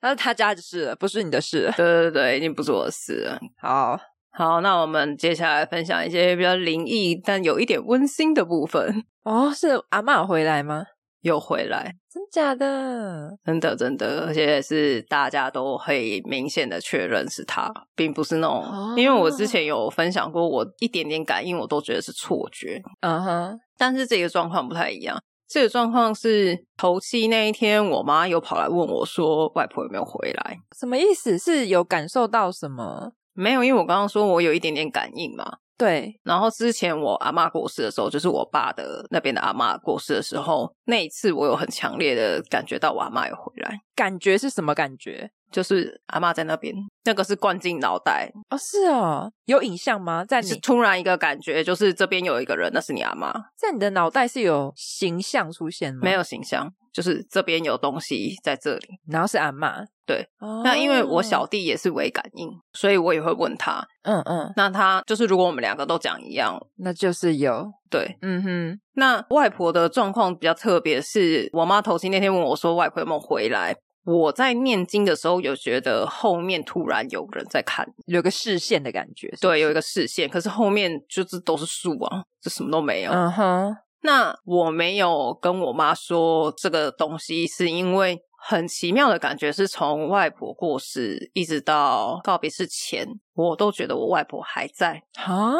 S3: 那是他家的事了，不是你的事了。
S2: 对对对，已经不是我的事了。
S3: 好，
S2: 好，那我们接下来分享一些比较灵异但有一点温馨的部分。
S3: 哦，是阿嬷回来吗？
S2: 又回来，
S3: 真假的？
S2: 真的真的，而且是大家都会明显的确认是他，并不是那种，
S3: 哦
S2: 因为我之前有分享过，我一点点感应我都觉得是错觉，
S3: 嗯哼，
S2: 但是这个状况不太一样。这个状况是头七那一天，我妈有跑来问我说，外婆有没有回来？
S3: 什么意思？是有感受到什么？
S2: 没有，因为我刚刚说我有一点点感应嘛，
S3: 对，
S2: 然后之前我阿嬷过世的时候，就是我爸的那边的阿嬷过世的时候，那一次我有很强烈的感觉到我阿嬷有回来，
S3: 感觉是什么感觉？
S2: 就是阿嬷在那边，那个是灌进脑袋，
S3: 哦，是哦，有影像吗？在
S2: 是
S3: 你
S2: 突然一个感觉，就是这边有一个人，那是你阿妈，
S3: 在你的脑袋是有形象出现吗？
S2: 没，有形象，就是这边有东西在这里。
S3: 然后是阿嬷。
S2: 对
S3: 哦，
S2: 那因为我小弟也是微感应，所以我也会问他。
S3: 嗯嗯，
S2: 那他就是如果我们两个都讲一样，
S3: 那就是有，
S2: 对。
S3: 嗯哼，
S2: 那外婆的状况比较特别，是我妈头七那天问我说外婆有没有回来。我在念经的时候有觉得后面突然有人在看，
S3: 有个视线的感觉。是不
S2: 对，
S3: 是
S2: 有一个视线，可是后面就是都是树啊，这什么都没有。
S3: 嗯哼，
S2: 那我没有跟我妈说这个东西，是因为很奇妙的感觉，是从外婆过世一直到告别式前，我都觉得我外婆还在，
S3: 啊，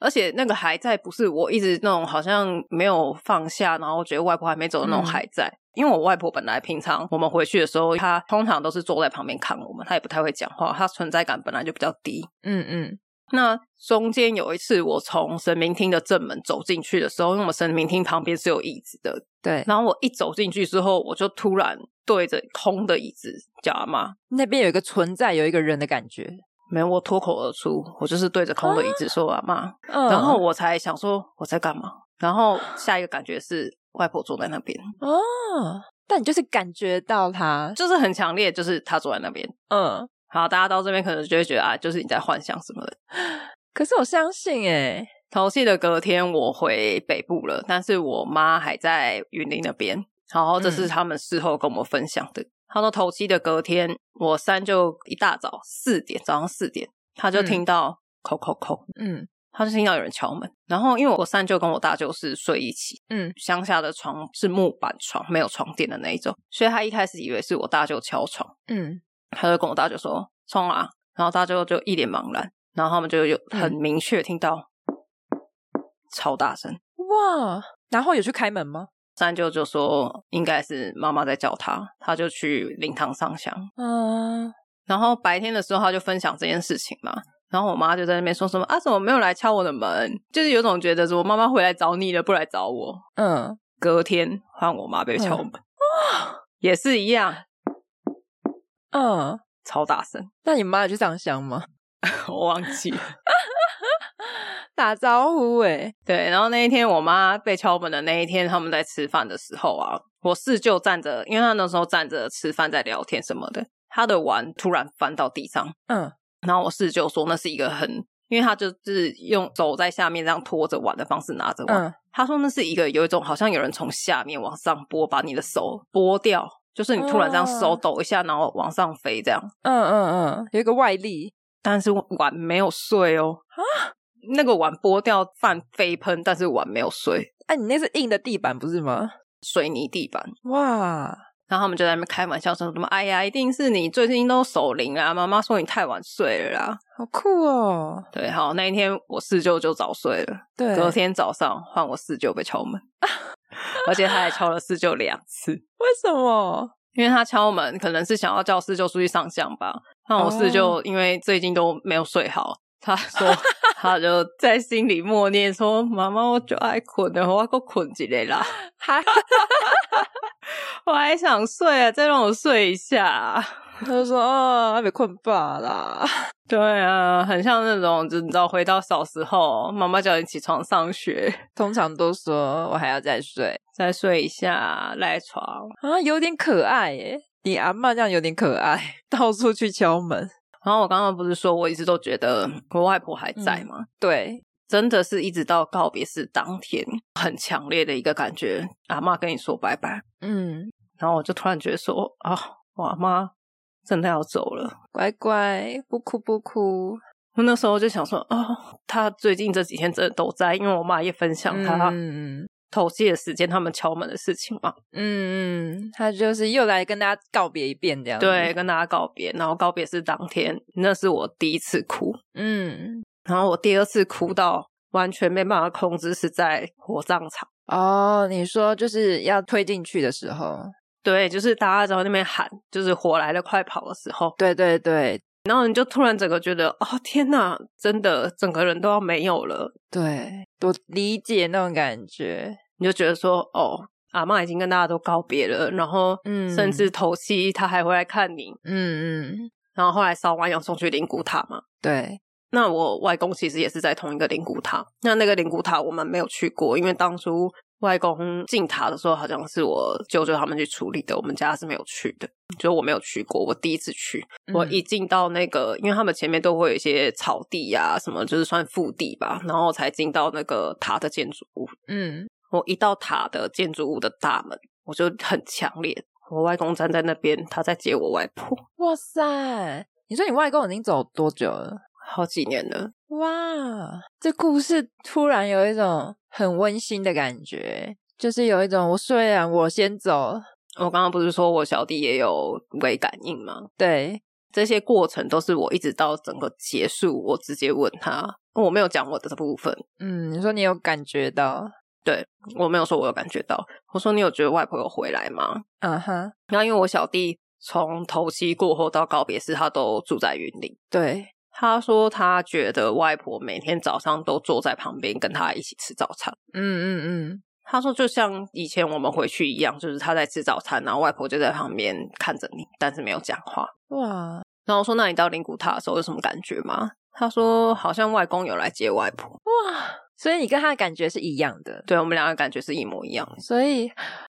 S2: 而且那个还在不是我一直那种好像没有放下，然后觉得外婆还没走的那种
S3: 嗯
S2: 还在。因为我外婆本来平常我们回去的时候，她通常都是坐在旁边看我们，她也不太会讲话，她存在感本来就比较低。
S3: 嗯嗯，
S2: 那中间有一次，我从神明厅的正门走进去的时候，因为我们神明厅旁边是有椅子的，
S3: 对，
S2: 然后我一走进去之后，我就突然对着空的椅子叫阿妈，
S3: 那边有一个存在，有一个人的感觉。
S2: 没有，我脱口而出，我就是对着空的椅子说阿妈，
S3: 嗯，
S2: 然后我才想说我在干嘛，然后下一个感觉是外婆坐在那边，
S3: 哦，但你就是感觉到他，
S2: 就是很强烈，就是她坐在那边。
S3: 嗯，
S2: 好，大家到这边可能就会觉得啊，就是你在幻想什么的。
S3: 可是我相信哎，
S2: 头戏的隔天我回北部了，但是我妈还在云林那边，然后这是他们事后跟我们分享的。他说头七的隔天，我三就一大早四点，早上四点，他就听到叩叩叩，
S3: 嗯
S2: 他就听到有人敲门。然后因为我三舅跟我大舅是睡一起，
S3: 嗯，
S2: 乡下的床是木板床，没有床垫的那一种，所以他一开始以为是我大舅敲床，
S3: 嗯
S2: 他就跟我大舅说冲啊，然后大舅就一脸茫然，然后他们就有很
S3: 嗯
S2: 明确听到、超大声。
S3: 哇，然后有去开门吗？
S2: 三舅就说应该是妈妈在叫他，他就去灵堂上香。
S3: 嗯，
S2: 然后白天的时候他就分享这件事情嘛，然后我妈就在那边说什么啊，怎么没有来敲我的门？就是有种觉得我妈妈回来找你了，不来找我。
S3: 嗯，
S2: 隔天换我妈被敲门， 也是一样，
S3: 嗯，
S2: 超大声，
S3: 那你妈有去上香吗？
S2: 我忘记了。
S3: 打招呼哎，
S2: 对，然后那一天我妈被敲门的那一天，他们在吃饭的时候啊，我四舅站着，因为他那时候站着吃饭在聊天什么的，他的碗突然翻到地上，
S3: 嗯
S2: 然后我四舅说那是一个很，因为他就是用手在下面这样拖着碗的方式拿着碗，
S3: 嗯，
S2: 他说那是一个有一种好像有人从下面往上拨，把你的手拨掉，就是你突然这样手
S3: 哦
S2: 抖一下，然后往上飞这样，
S3: 嗯嗯嗯，有一个外力，
S2: 但是碗没有碎哦，啊，那个碗拨掉饭飞喷，但是碗没有碎，
S3: 哎、你那是硬的地板不是吗？
S2: 水泥地板。
S3: 哇，
S2: 然后他们就在那边开玩笑说什么：“哎呀，一定是你最近都守灵啦，妈妈说你太晚睡了啦。
S3: 好酷哦！”
S2: 对，好，那一天我四舅就早睡了，
S3: 对，
S2: 隔天早上换我四舅被敲门， 而且他还敲了四舅两次，
S3: 为什么？
S2: 因为他敲门可能是想要叫四舅出去上香吧。那我四舅因为最近都没有睡好，他说他就在心里默念说：“妈妈，我就爱困了，我够困起来啦，
S3: 还
S2: 我还想睡啊，再让我睡一下啊。
S3: 他就说啊，还没困罢 啦。
S2: 对啊，很像那种，就你知道，回到小时候，妈妈叫你起床上学，
S3: 通常都说我还要再睡
S2: 再睡一下，赖床，
S3: 啊，有点可爱耶。你阿嬷这样有点可爱， 到处去敲门。
S2: 然后我刚刚不是说我一直都觉得我外婆还在吗？
S3: 对，
S2: 真的是一直到告别式当天，很强烈的一个感觉，阿妈跟你说拜拜，
S3: 嗯，
S2: 然后我就突然觉得说啊，我阿妈真的要走了。
S3: 乖乖，不哭不哭。
S2: 我那时候就想说，哦，她最近这几天真的都在，因为我妈也分享她
S3: 嗯
S2: 头七的时间，他们敲门的事情嘛。
S3: 嗯嗯，他就是又来跟大家告别一遍这样。
S2: 对，，跟大家告别，然后告别是当天，那是我第一次哭，
S3: 嗯，
S2: 然后我第二次哭到完全没办法控制，是在火葬场。
S3: 哦，你说就是要推进去的时候，
S2: 对，就是大家在那边喊，就是火来了，快跑的时候。
S3: 对对对，
S2: 然后你就突然整个觉得，哦天哪，真的整个人都要没有了，
S3: 对，我理解那种感觉。
S2: 你就觉得说，哦，阿嬷已经跟大家都告别了，然后
S3: 嗯
S2: 甚至头七他还会来看你，
S3: 嗯嗯，
S2: 然后后来烧完要送去灵骨塔嘛。
S3: 对，
S2: 那我外公其实也是在同一个灵骨塔，那那个灵骨塔我们没有去过，因为当初外公进塔的时候，好像是我舅舅他们去处理的，我们家是没有去的，就我没有去过，我第一次去。我
S3: 嗯
S2: 一进到那个，因为他们前面都会有一些草地呀、什么就是算腹地吧，然后才进到那个塔的建筑物。
S3: 嗯
S2: 我一到塔的建筑物的大门，我就很强烈，我外公站在那边，他在接我外婆，
S3: 哇塞，你说你外公已经走多久了？
S2: 好几年了。
S3: 哇，这故事突然有一种很温馨的感觉，就是有一种我虽然我先走，
S2: 我刚刚不是说我小弟也有微感应吗？
S3: 对，
S2: 这些过程都是我一直到整个结束，我直接问他，我没有讲我的这部分，
S3: 嗯，你说你有感觉到，
S2: 我没有说我有感觉到，我说你有觉得外婆有回来吗？
S3: 嗯哼，
S2: 然后因为我小弟从头七过后到告别式，他都住在云林。
S3: 对，
S2: 他说他觉得外婆每天早上都坐在旁边跟他一起吃早餐。
S3: 嗯嗯嗯，
S2: 他说就像以前我们回去一样，就是他在吃早餐，然后外婆就在旁边看着你，但是没有讲话。
S3: 哇
S2: 然后我说那你到灵骨塔的时候有什么感觉吗？他说好像外公有来接外婆。
S3: 哇，所以你跟他的感觉是一样的，
S2: 对我们两个感觉是一模一样的。
S3: 所以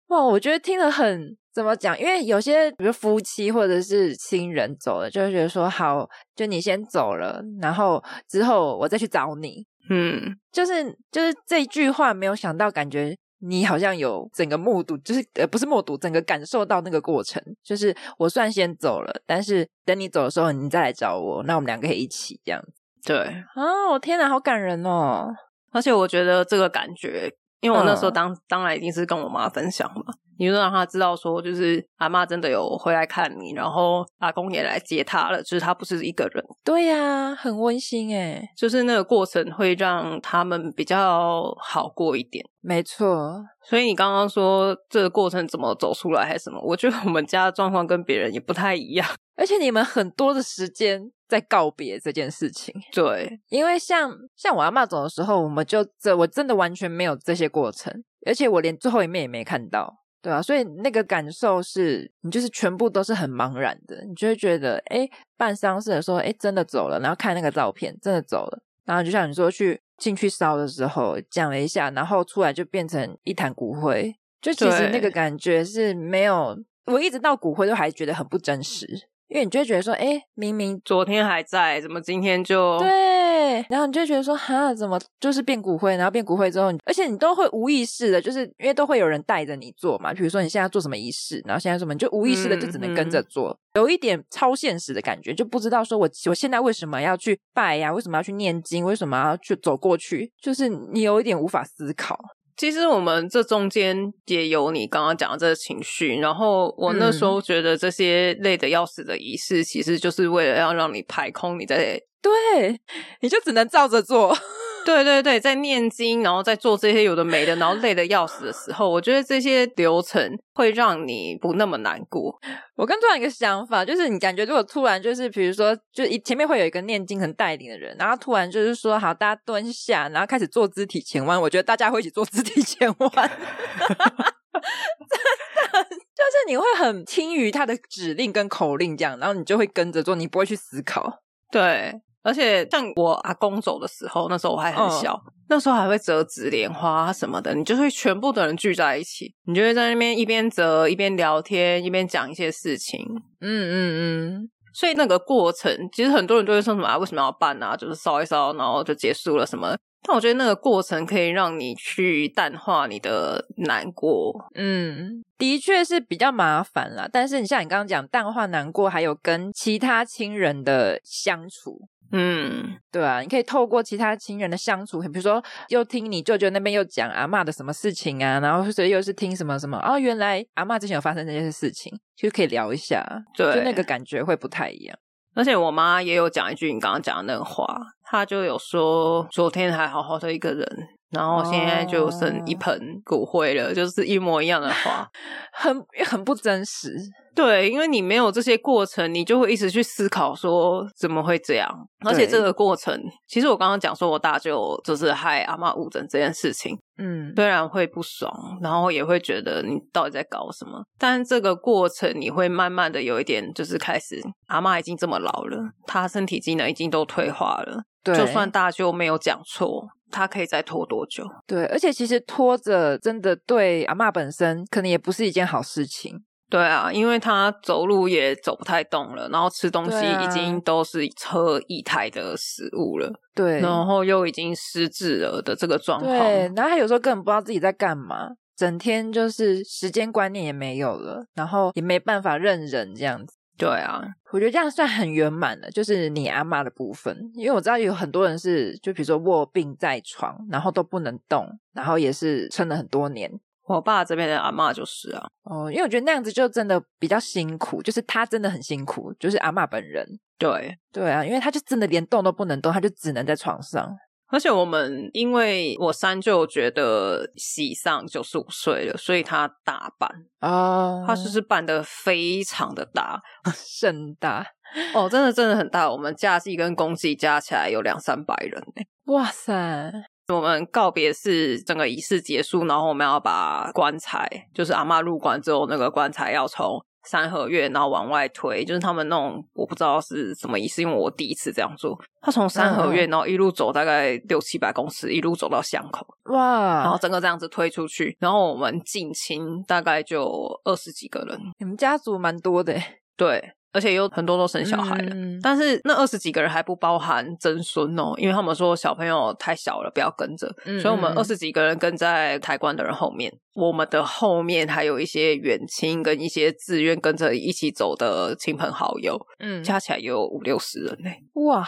S3: 哇，我觉得听了很怎么讲，因为有些比如夫妻或者是亲人走了，就会觉得说好，就你先走了，然后之后我再去找你，
S2: 嗯，
S3: 就是就是这句话，没有想到，感觉你好像有整个目睹，就是呃不是目睹，整个感受到那个过程，就是我虽然先走了，但是等你走的时候，你再来找我，那我们两个可以一起这样子。
S2: 对。
S3: 啊，我天哪，好感人哦！
S2: 而且我觉得这个感觉，因为我那时候
S3: 嗯
S2: 当、当然一定是跟我妈分享嘛，你就让她知道说，就是阿妈真的有回来看你，然后阿公也来接她了，就是她不是一个人，
S3: 对呀、很温馨诶，
S2: 就是那个过程会让他们比较好过一点。
S3: 没错，
S2: 所以你刚刚说这个过程怎么走出来还是什么？我觉得我们家的状况跟别人也不太一样。
S3: 而且你们很多的时间在告别这件事情，
S2: 对，
S3: 因为像像我阿嬷走的时候，我们就这我真的完全没有这些过程，而且我连最后一面也没看到，对啊，所以那个感受是你就是全部都是很茫然的，你就会觉得诶办丧事的时候，诶真的走了，然后看那个照片，真的走了，然后就像你说去进去烧的时候讲了一下，然后出来就变成一坛骨灰，就其实
S2: 对
S3: 那个感觉是没有，我一直到骨灰都还觉得很不真实，因为你就会觉得说，诶明明
S2: 昨天还在，怎么今天就
S3: 对，然后你就会觉得说，哈，怎么就是变骨灰？然后变骨灰之后，你而且你都会无意识的，就是因为都会有人带着你做嘛。比如说你现在做什么仪式，然后现在什么，你就无意识的就只能跟着做，有一点超现实的感觉，就不知道说我我现在为什么要去拜呀、为什么要去念经？为什么要去走过去？就是你有一点无法思考。
S2: 其实我们这中间也有你刚刚讲的这个情绪，然后我那时候觉得这些累得要死的仪式，其实就是为了要让你排空你在
S3: 对，你就只能照着做。
S2: 对对对，在念经，然后在做这些有的没的，然后累得要死的时候，我觉得这些流程会让你不那么难过。
S3: 我刚突然有一个想法，就是你感觉如果突然就是，比如说，就一前面会有一个念经很带领的人，然后突然就是说，好，大家蹲下，然后开始做肢体前弯，我觉得大家会一起做肢体前弯， 真的就是你会很听于他的指令跟口令这样，然后你就会跟着做，你不会去思考。
S2: 对，而且像我阿公走的时候，那时候我还
S3: 嗯
S2: 很小，那时候还会折纸莲花啊什么的，你就会全部的人聚在一起，你就会在那边一边折一边聊天，一边讲一些事情。
S3: 嗯嗯
S2: 所以那个过程，其实很多人都会说什么、啊、为什么要办啊，就是烧一烧，然后就结束了什么。但我觉得那个过程可以让你去淡化你的难过。
S3: 嗯嗯，的确是比较麻烦啦。但是你像你刚刚讲淡化难过，还有跟其他亲人的相处，
S2: 嗯，
S3: 对啊，你可以透过其他亲人的相处，比如说又听你舅舅那边又讲阿嬷的什么事情啊，然后所以又是听什么什么哦，原来阿嬷之前有发生这些事情，就可以聊一下，
S2: 对
S3: 就那个感觉会不太一样。
S2: 而且我妈也有讲一句你刚刚讲的那个话，她就有说昨天还好好的一个人，然后现在就剩一盆骨灰了，就是一模一样的话。
S3: 很很不真实，
S2: 对，因为你没有这些过程，你就会一直去思考说怎么会这样。而且
S3: 对
S2: 这个过程，其实我刚刚讲说我大舅就是害阿妈误诊这件事情，
S3: 嗯，
S2: 虽然会不爽，然后也会觉得你到底在搞什么，但这个过程你会慢慢的有一点就是开始，阿妈已经这么老了，她身体机能已经都退化了，
S3: 对，
S2: 就算大舅没有讲错，她可以再拖多久？
S3: 对，而且其实拖着真的对阿嬷本身可能也不是一件好事情。
S2: 对啊，因为他走路也走不太动了，然后吃东西
S3: 对啊
S2: 已经都是喝液态的食物了，
S3: 对，
S2: 然后又已经失智了的这个状况。
S3: 对，然后他有时候根本不知道自己在干嘛，整天就是时间观念也没有了，然后也没办法认人这样子。
S2: 对啊，
S3: 我觉得这样算很圆满了，就是你阿嬷的部分，因为我知道有很多人是，就比如说卧病在床，然后都不能动，然后也是撑了很多年。
S2: 我爸这边的阿嬷就是啊，
S3: 哦，因为我觉得那样子就真的比较辛苦，就是他真的很辛苦，就是阿嬷本人。
S2: 对，
S3: 对啊，因为他就真的连动都不能动，他就只能在床上。
S2: 而且我们因为我三舅觉得喜丧九十五岁了，所以他大办，
S3: 哦
S2: 他就是办的非常的大、
S3: 盛大，
S2: 哦，真的真的很大。我们假期跟公祭加起来有两三百人呢、
S3: 哇塞，
S2: 我们告别式整个仪式结束，然后我们要把棺材，就是阿嬷入棺之后，那个棺材要从三合院然后往外推，就是他们那种我不知道是什么仪式，因为我第一次这样做。他从三合院然后一路走大概六七百公尺，一路走到巷口，然后
S3: 哇！
S2: 整个这样子推出去，然后我们近亲大概就二十几个人，
S3: 你们家族蛮多的欸，
S2: 对，而且有很多都生小孩了。
S3: 嗯
S2: 但是那二十几个人还不包含曾孙哦，因为他们说小朋友太小了，不要跟着，
S3: 嗯
S2: 所以我们
S3: 嗯嗯
S2: 二十几个人跟在台湾的人后面，我们的后面还有一些远亲跟一些自愿跟着一起走的亲朋好友，
S3: 嗯，
S2: 加起来也有五六十人呢、
S3: 哇，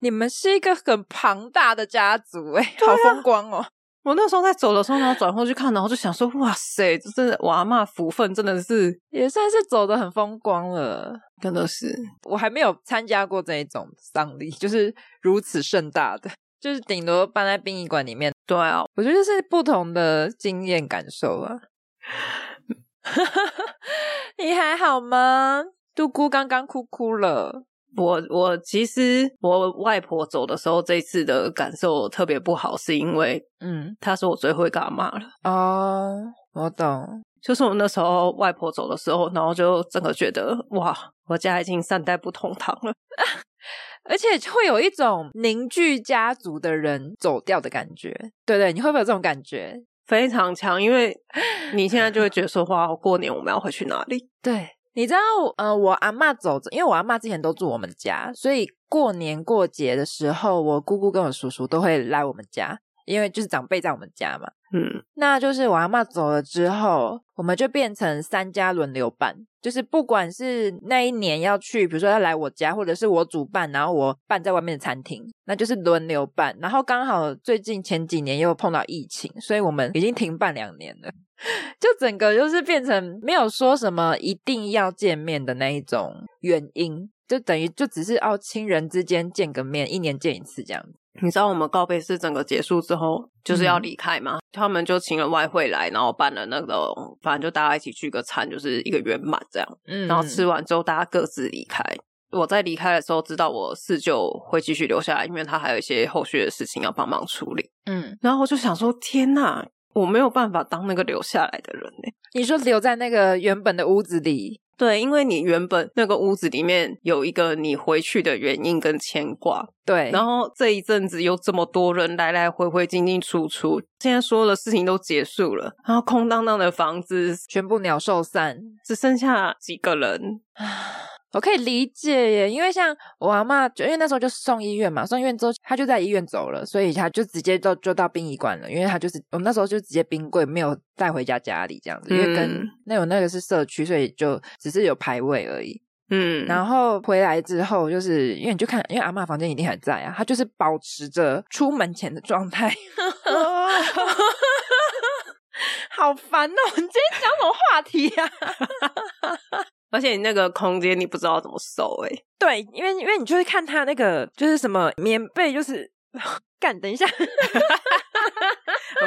S3: 你们是一个很庞大的家族哎，好风光哦！
S2: 我那时候在走的时候，然后转过去看，然后就想说，哇塞，这真的我阿嬷福分真的是，
S3: 也算是走的很风光了。
S2: 真的是，
S3: 我还没有参加过这一种丧礼，就是如此盛大的，就是顶多办在殡仪馆里面。
S2: 对啊，
S3: 我觉得是不同的经验感受啊。 你还好吗？杜姑刚刚哭哭了。
S2: 我我其实我外婆走的时候，这一次的感受特别不好，是因为
S3: 嗯，
S2: 她是我最会干嘛了。
S3: 哦，我懂。
S2: 就是我那时候外婆走的时候，然后就整个觉得哇，我家已经三代不同堂了。
S3: 而且会有一种凝聚家族的人走掉的感觉，对对，你会不会有这种感觉？
S2: 非常强，因为 你现在就会觉得说，哇，过年我们要回去哪里？
S3: 对，你知道，呃，我阿嬷走着，因为我阿嬷之前都住我们家，所以过年过节的时候，我姑姑跟我叔叔都会来我们家，因为就是长辈在我们家嘛。
S2: 嗯，
S3: 那就是我阿嬷走了之后，我们就变成三家轮流办，就是不管是那一年要去，比如说要来我家，或者是我主办，然后我办在外面的餐厅，那就是轮流办。然后刚好最近前几年又碰到疫情，所以我们已经停办两年了， 就整个就是变成没有说什么一定要见面的那一种原因。就等于就只是哦，亲人之间见个面，一年见一次这样子。
S2: 你知道我们告别式整个结束之后，就是要离开嘛，他们就请了外汇来，然后办了那种，反正就大家一起聚个餐，就是一个圆满这样。
S3: 嗯
S2: 然后吃完之后，大家各自离开。我在离开的时候，知道我四舅会继续留下来，因为他还有一些后续的事情要帮忙处理。
S3: 嗯，
S2: 然后我就想说，天呐，我没有办法当那个留下来的人呢。
S3: 你说留在那个原本的屋子里，
S2: 对，因为你原本那个屋子里面有一个你回去的原因跟牵挂，
S3: 对，
S2: 然后这一阵子有这么多人来来回回进进出出，现在所有的事情都结束了，然后空荡荡的房子
S3: 全部鸟兽散。
S2: 只剩下几个人，
S3: 我可以理解耶，因为像我阿妈，就因为那时候就送医院嘛，送医院之后，她就在医院走了，所以她就直接都就到殡仪馆了，因为她就是我们那时候就直接冰柜没有带回家家里这样子，因为跟
S2: 嗯
S3: 那我那个是社区，所以就只是有排位而已。
S2: 嗯，
S3: 然后回来之后，就是因为你就看，因为阿嬷房间一定还在啊，她就是保持着出门前的状态。 好烦哦！你今天讲什么话题啊呀、
S2: 而且你那个空间你不知道怎么收哎、
S3: 对，因为因为你就会看他那个就是什么棉被，就是干，等一下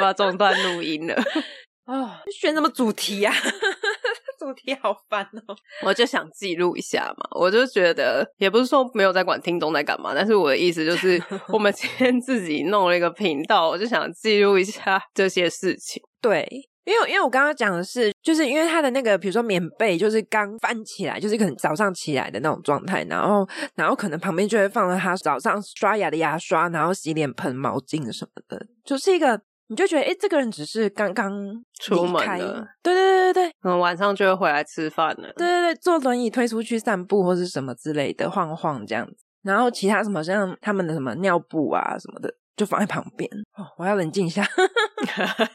S2: 我要中断录音了。
S3: 哦，选什么主题啊？ 主题好烦哦。
S2: 我就想记录一下嘛，我就觉得也不是说没有在管听众在干嘛，但是我的意思就是，我们今天自己弄了一个频道，我就想记录一下这些事情。
S3: 对，因为因为我刚刚讲的是，就是因为他的那个，比如说棉被，就是刚翻起来，就是可能早上起来的那种状态，然后然后可能旁边就会放了他早上刷牙的牙刷，然后洗脸盆、毛巾什么的，就是一个你就觉得，哎，这个人只是刚刚
S2: 出门
S3: 离开
S2: 了，
S3: 对对对对对
S2: 嗯，晚上就会回来吃饭了。
S3: 对对对，坐轮椅推出去散步或是什么之类的，晃晃这样子。然后其他什么像他们的什么尿布啊什么的，就放在旁边。哦，我要冷静一下， 因为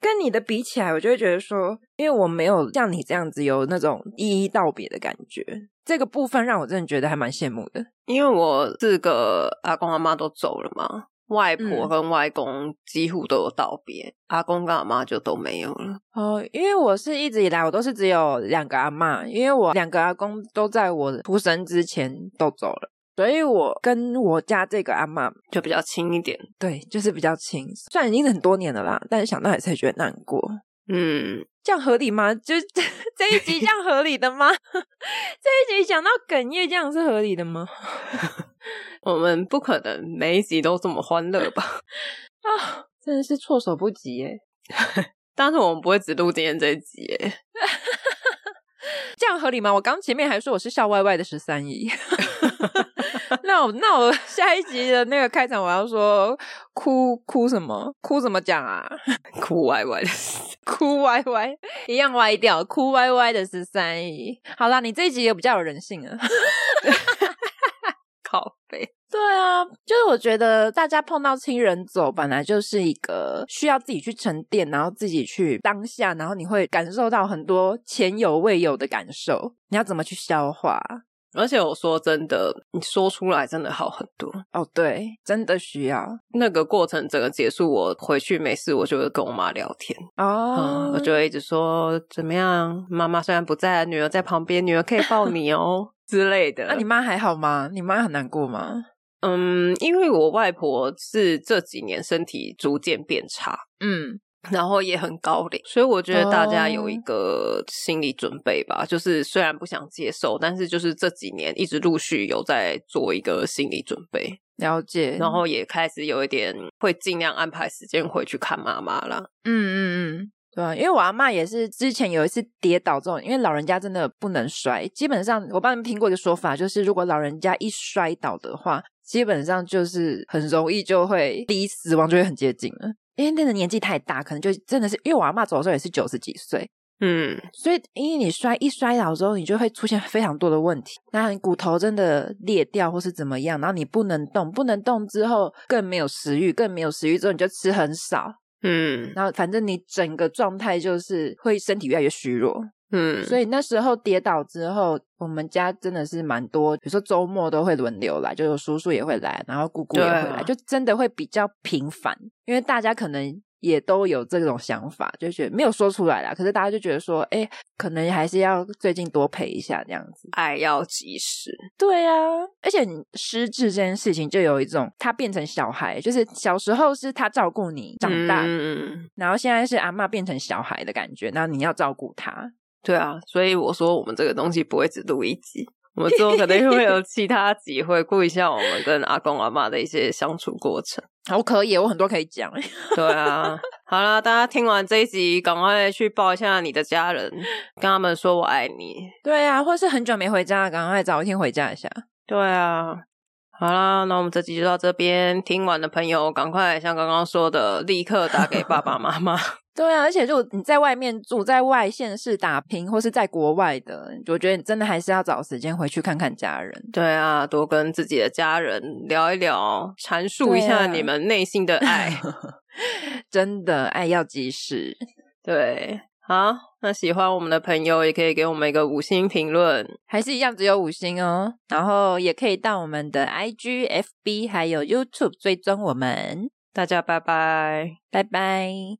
S3: 跟你的比起来，我就会觉得说，因为我没有像你这样子有那种一一道别的感觉，这个部分让我真的觉得还蛮羡慕的。
S2: 因为我四个阿公阿妈都走了嘛，外婆
S3: 嗯
S2: 跟外公几乎都有道别，阿公跟阿妈就都没有了。
S3: 哦，因为我是一直以来我都是只有两个阿嬷，因为我两个阿公都在我出生之前都走了，所以我跟我家这个阿嬷
S2: 就比较轻一点，
S3: 对，就是比较轻，虽然已经很多年了啦，但是想到还是会觉得难过。
S2: 嗯，
S3: 这样合理吗？就是 这一集这样合理的吗？ 这一集讲到哽咽，这样是合理的吗？
S2: 我们不可能每一集都这么欢乐吧？
S3: 啊，真的是措手不及耶！
S2: 但是我们不会只录今天这一集耶，
S3: 这样合理吗？我刚前面还说我是笑歪歪的十三姨， 那我那我下一集的那个开场我要说哭哭什么？哭怎么讲啊？
S2: 哭歪歪的。
S3: 哭歪歪，一样歪掉，哭歪歪的十三姨。好啦，你这一集也比较有人性了。
S2: 靠背，
S3: 对啊，就是我觉得大家碰到亲人走，本来就是一个需要自己去沉淀，然后自己去当下，然后你会感受到很多前有未有的感受，你要怎么去消化？
S2: 而且我说真的，你说出来真的好很多。
S3: 哦，对，真的需要
S2: 那个过程整个结束，我回去没事，我就会跟我妈聊天。
S3: 哦
S2: 嗯，。我就会一直说怎么样，妈妈虽然不在，女儿在旁边，女儿可以抱你哦之类的。
S3: 那、你妈还好吗？你妈很难过吗？
S2: 嗯，因为我外婆是这几年身体逐渐变差，
S3: 嗯，
S2: 然后也很高龄，所以我觉得大家
S3: 哦
S2: 有一个心理准备吧。就是虽然不想接受，但是就是这几年一直陆续有在做一个心理准备，
S3: 了解。
S2: 然，后也开始有一点会尽量安排时间回去看妈妈啦。
S3: 嗯嗯嗯。对啊，因为我阿妈也是之前有一次跌倒这种，因为老人家真的不能摔。基本上，我帮你们听过一个说法，就是如果老人家一摔倒的话，基本上就是很容易就会离死亡就会很接近了。因为那个年纪太大，可能就真的是因为我阿妈走的时候也是九十几岁，
S2: 嗯，
S3: 所以因为你摔一摔倒之后，你就会出现非常多的问题，那你骨头真的裂掉或是怎么样，然后你不能动，不能动之后更没有食欲，更没有食欲之后你就吃很少，
S2: 嗯
S3: 然后反正你整个状态就是会身体越来越虚弱，
S2: 嗯，
S3: 所以那时候跌倒之后，我们家真的是蛮多，比如说周末都会轮流来，就有叔叔也会来，然后姑姑也会
S2: 对
S3: 来，
S2: 啊
S3: 就真的会比较频繁，因为大家可能。也都有这种想法，就觉得没有说出来啦。可是大家就觉得说，哎、可能还是要最近多陪一下这样子。
S2: 爱要及时。
S3: 对啊，而且你失智这件事情，就有一种他变成小孩，就是小时候是他照顾你长大，
S2: 嗯，
S3: 然后现在是阿嬷变成小孩的感觉，然后你要照顾她。
S2: 对啊，所以我说我们这个东西不会只录一集，我们之后可能会 有其他集，回顾一下我们跟阿公阿妈的一些相处过程。
S3: 好，哦可以，我很多可以讲。
S2: 对啊，好啦，大家听完这一集，赶快去抱一下你的家人，跟他们说我爱你。
S3: 对啊，或是很久没回家，赶快找一天回家一下。
S2: 对啊。好啦，那我们这集就到这边。听完的朋友，赶快像刚刚说的，立刻打给爸爸妈 妈。
S3: 对啊，而且如果你在外面住，在外县市打拼，或是在国外的，我觉得你真的还是要找时间回去看看家人。
S2: 对啊，多跟自己的家人聊一聊，阐述一下
S3: 对啊
S2: 你们内心的 爱。
S3: 哎真的，爱要及时。
S2: 对，好，那喜欢我们的朋友也可以给我们一个五星评论。
S3: 还是一样只有五星哦，然后也可以到我们的 IG、FB 还有 YouTube 追踪我们，
S2: 大家拜拜。
S3: 拜拜。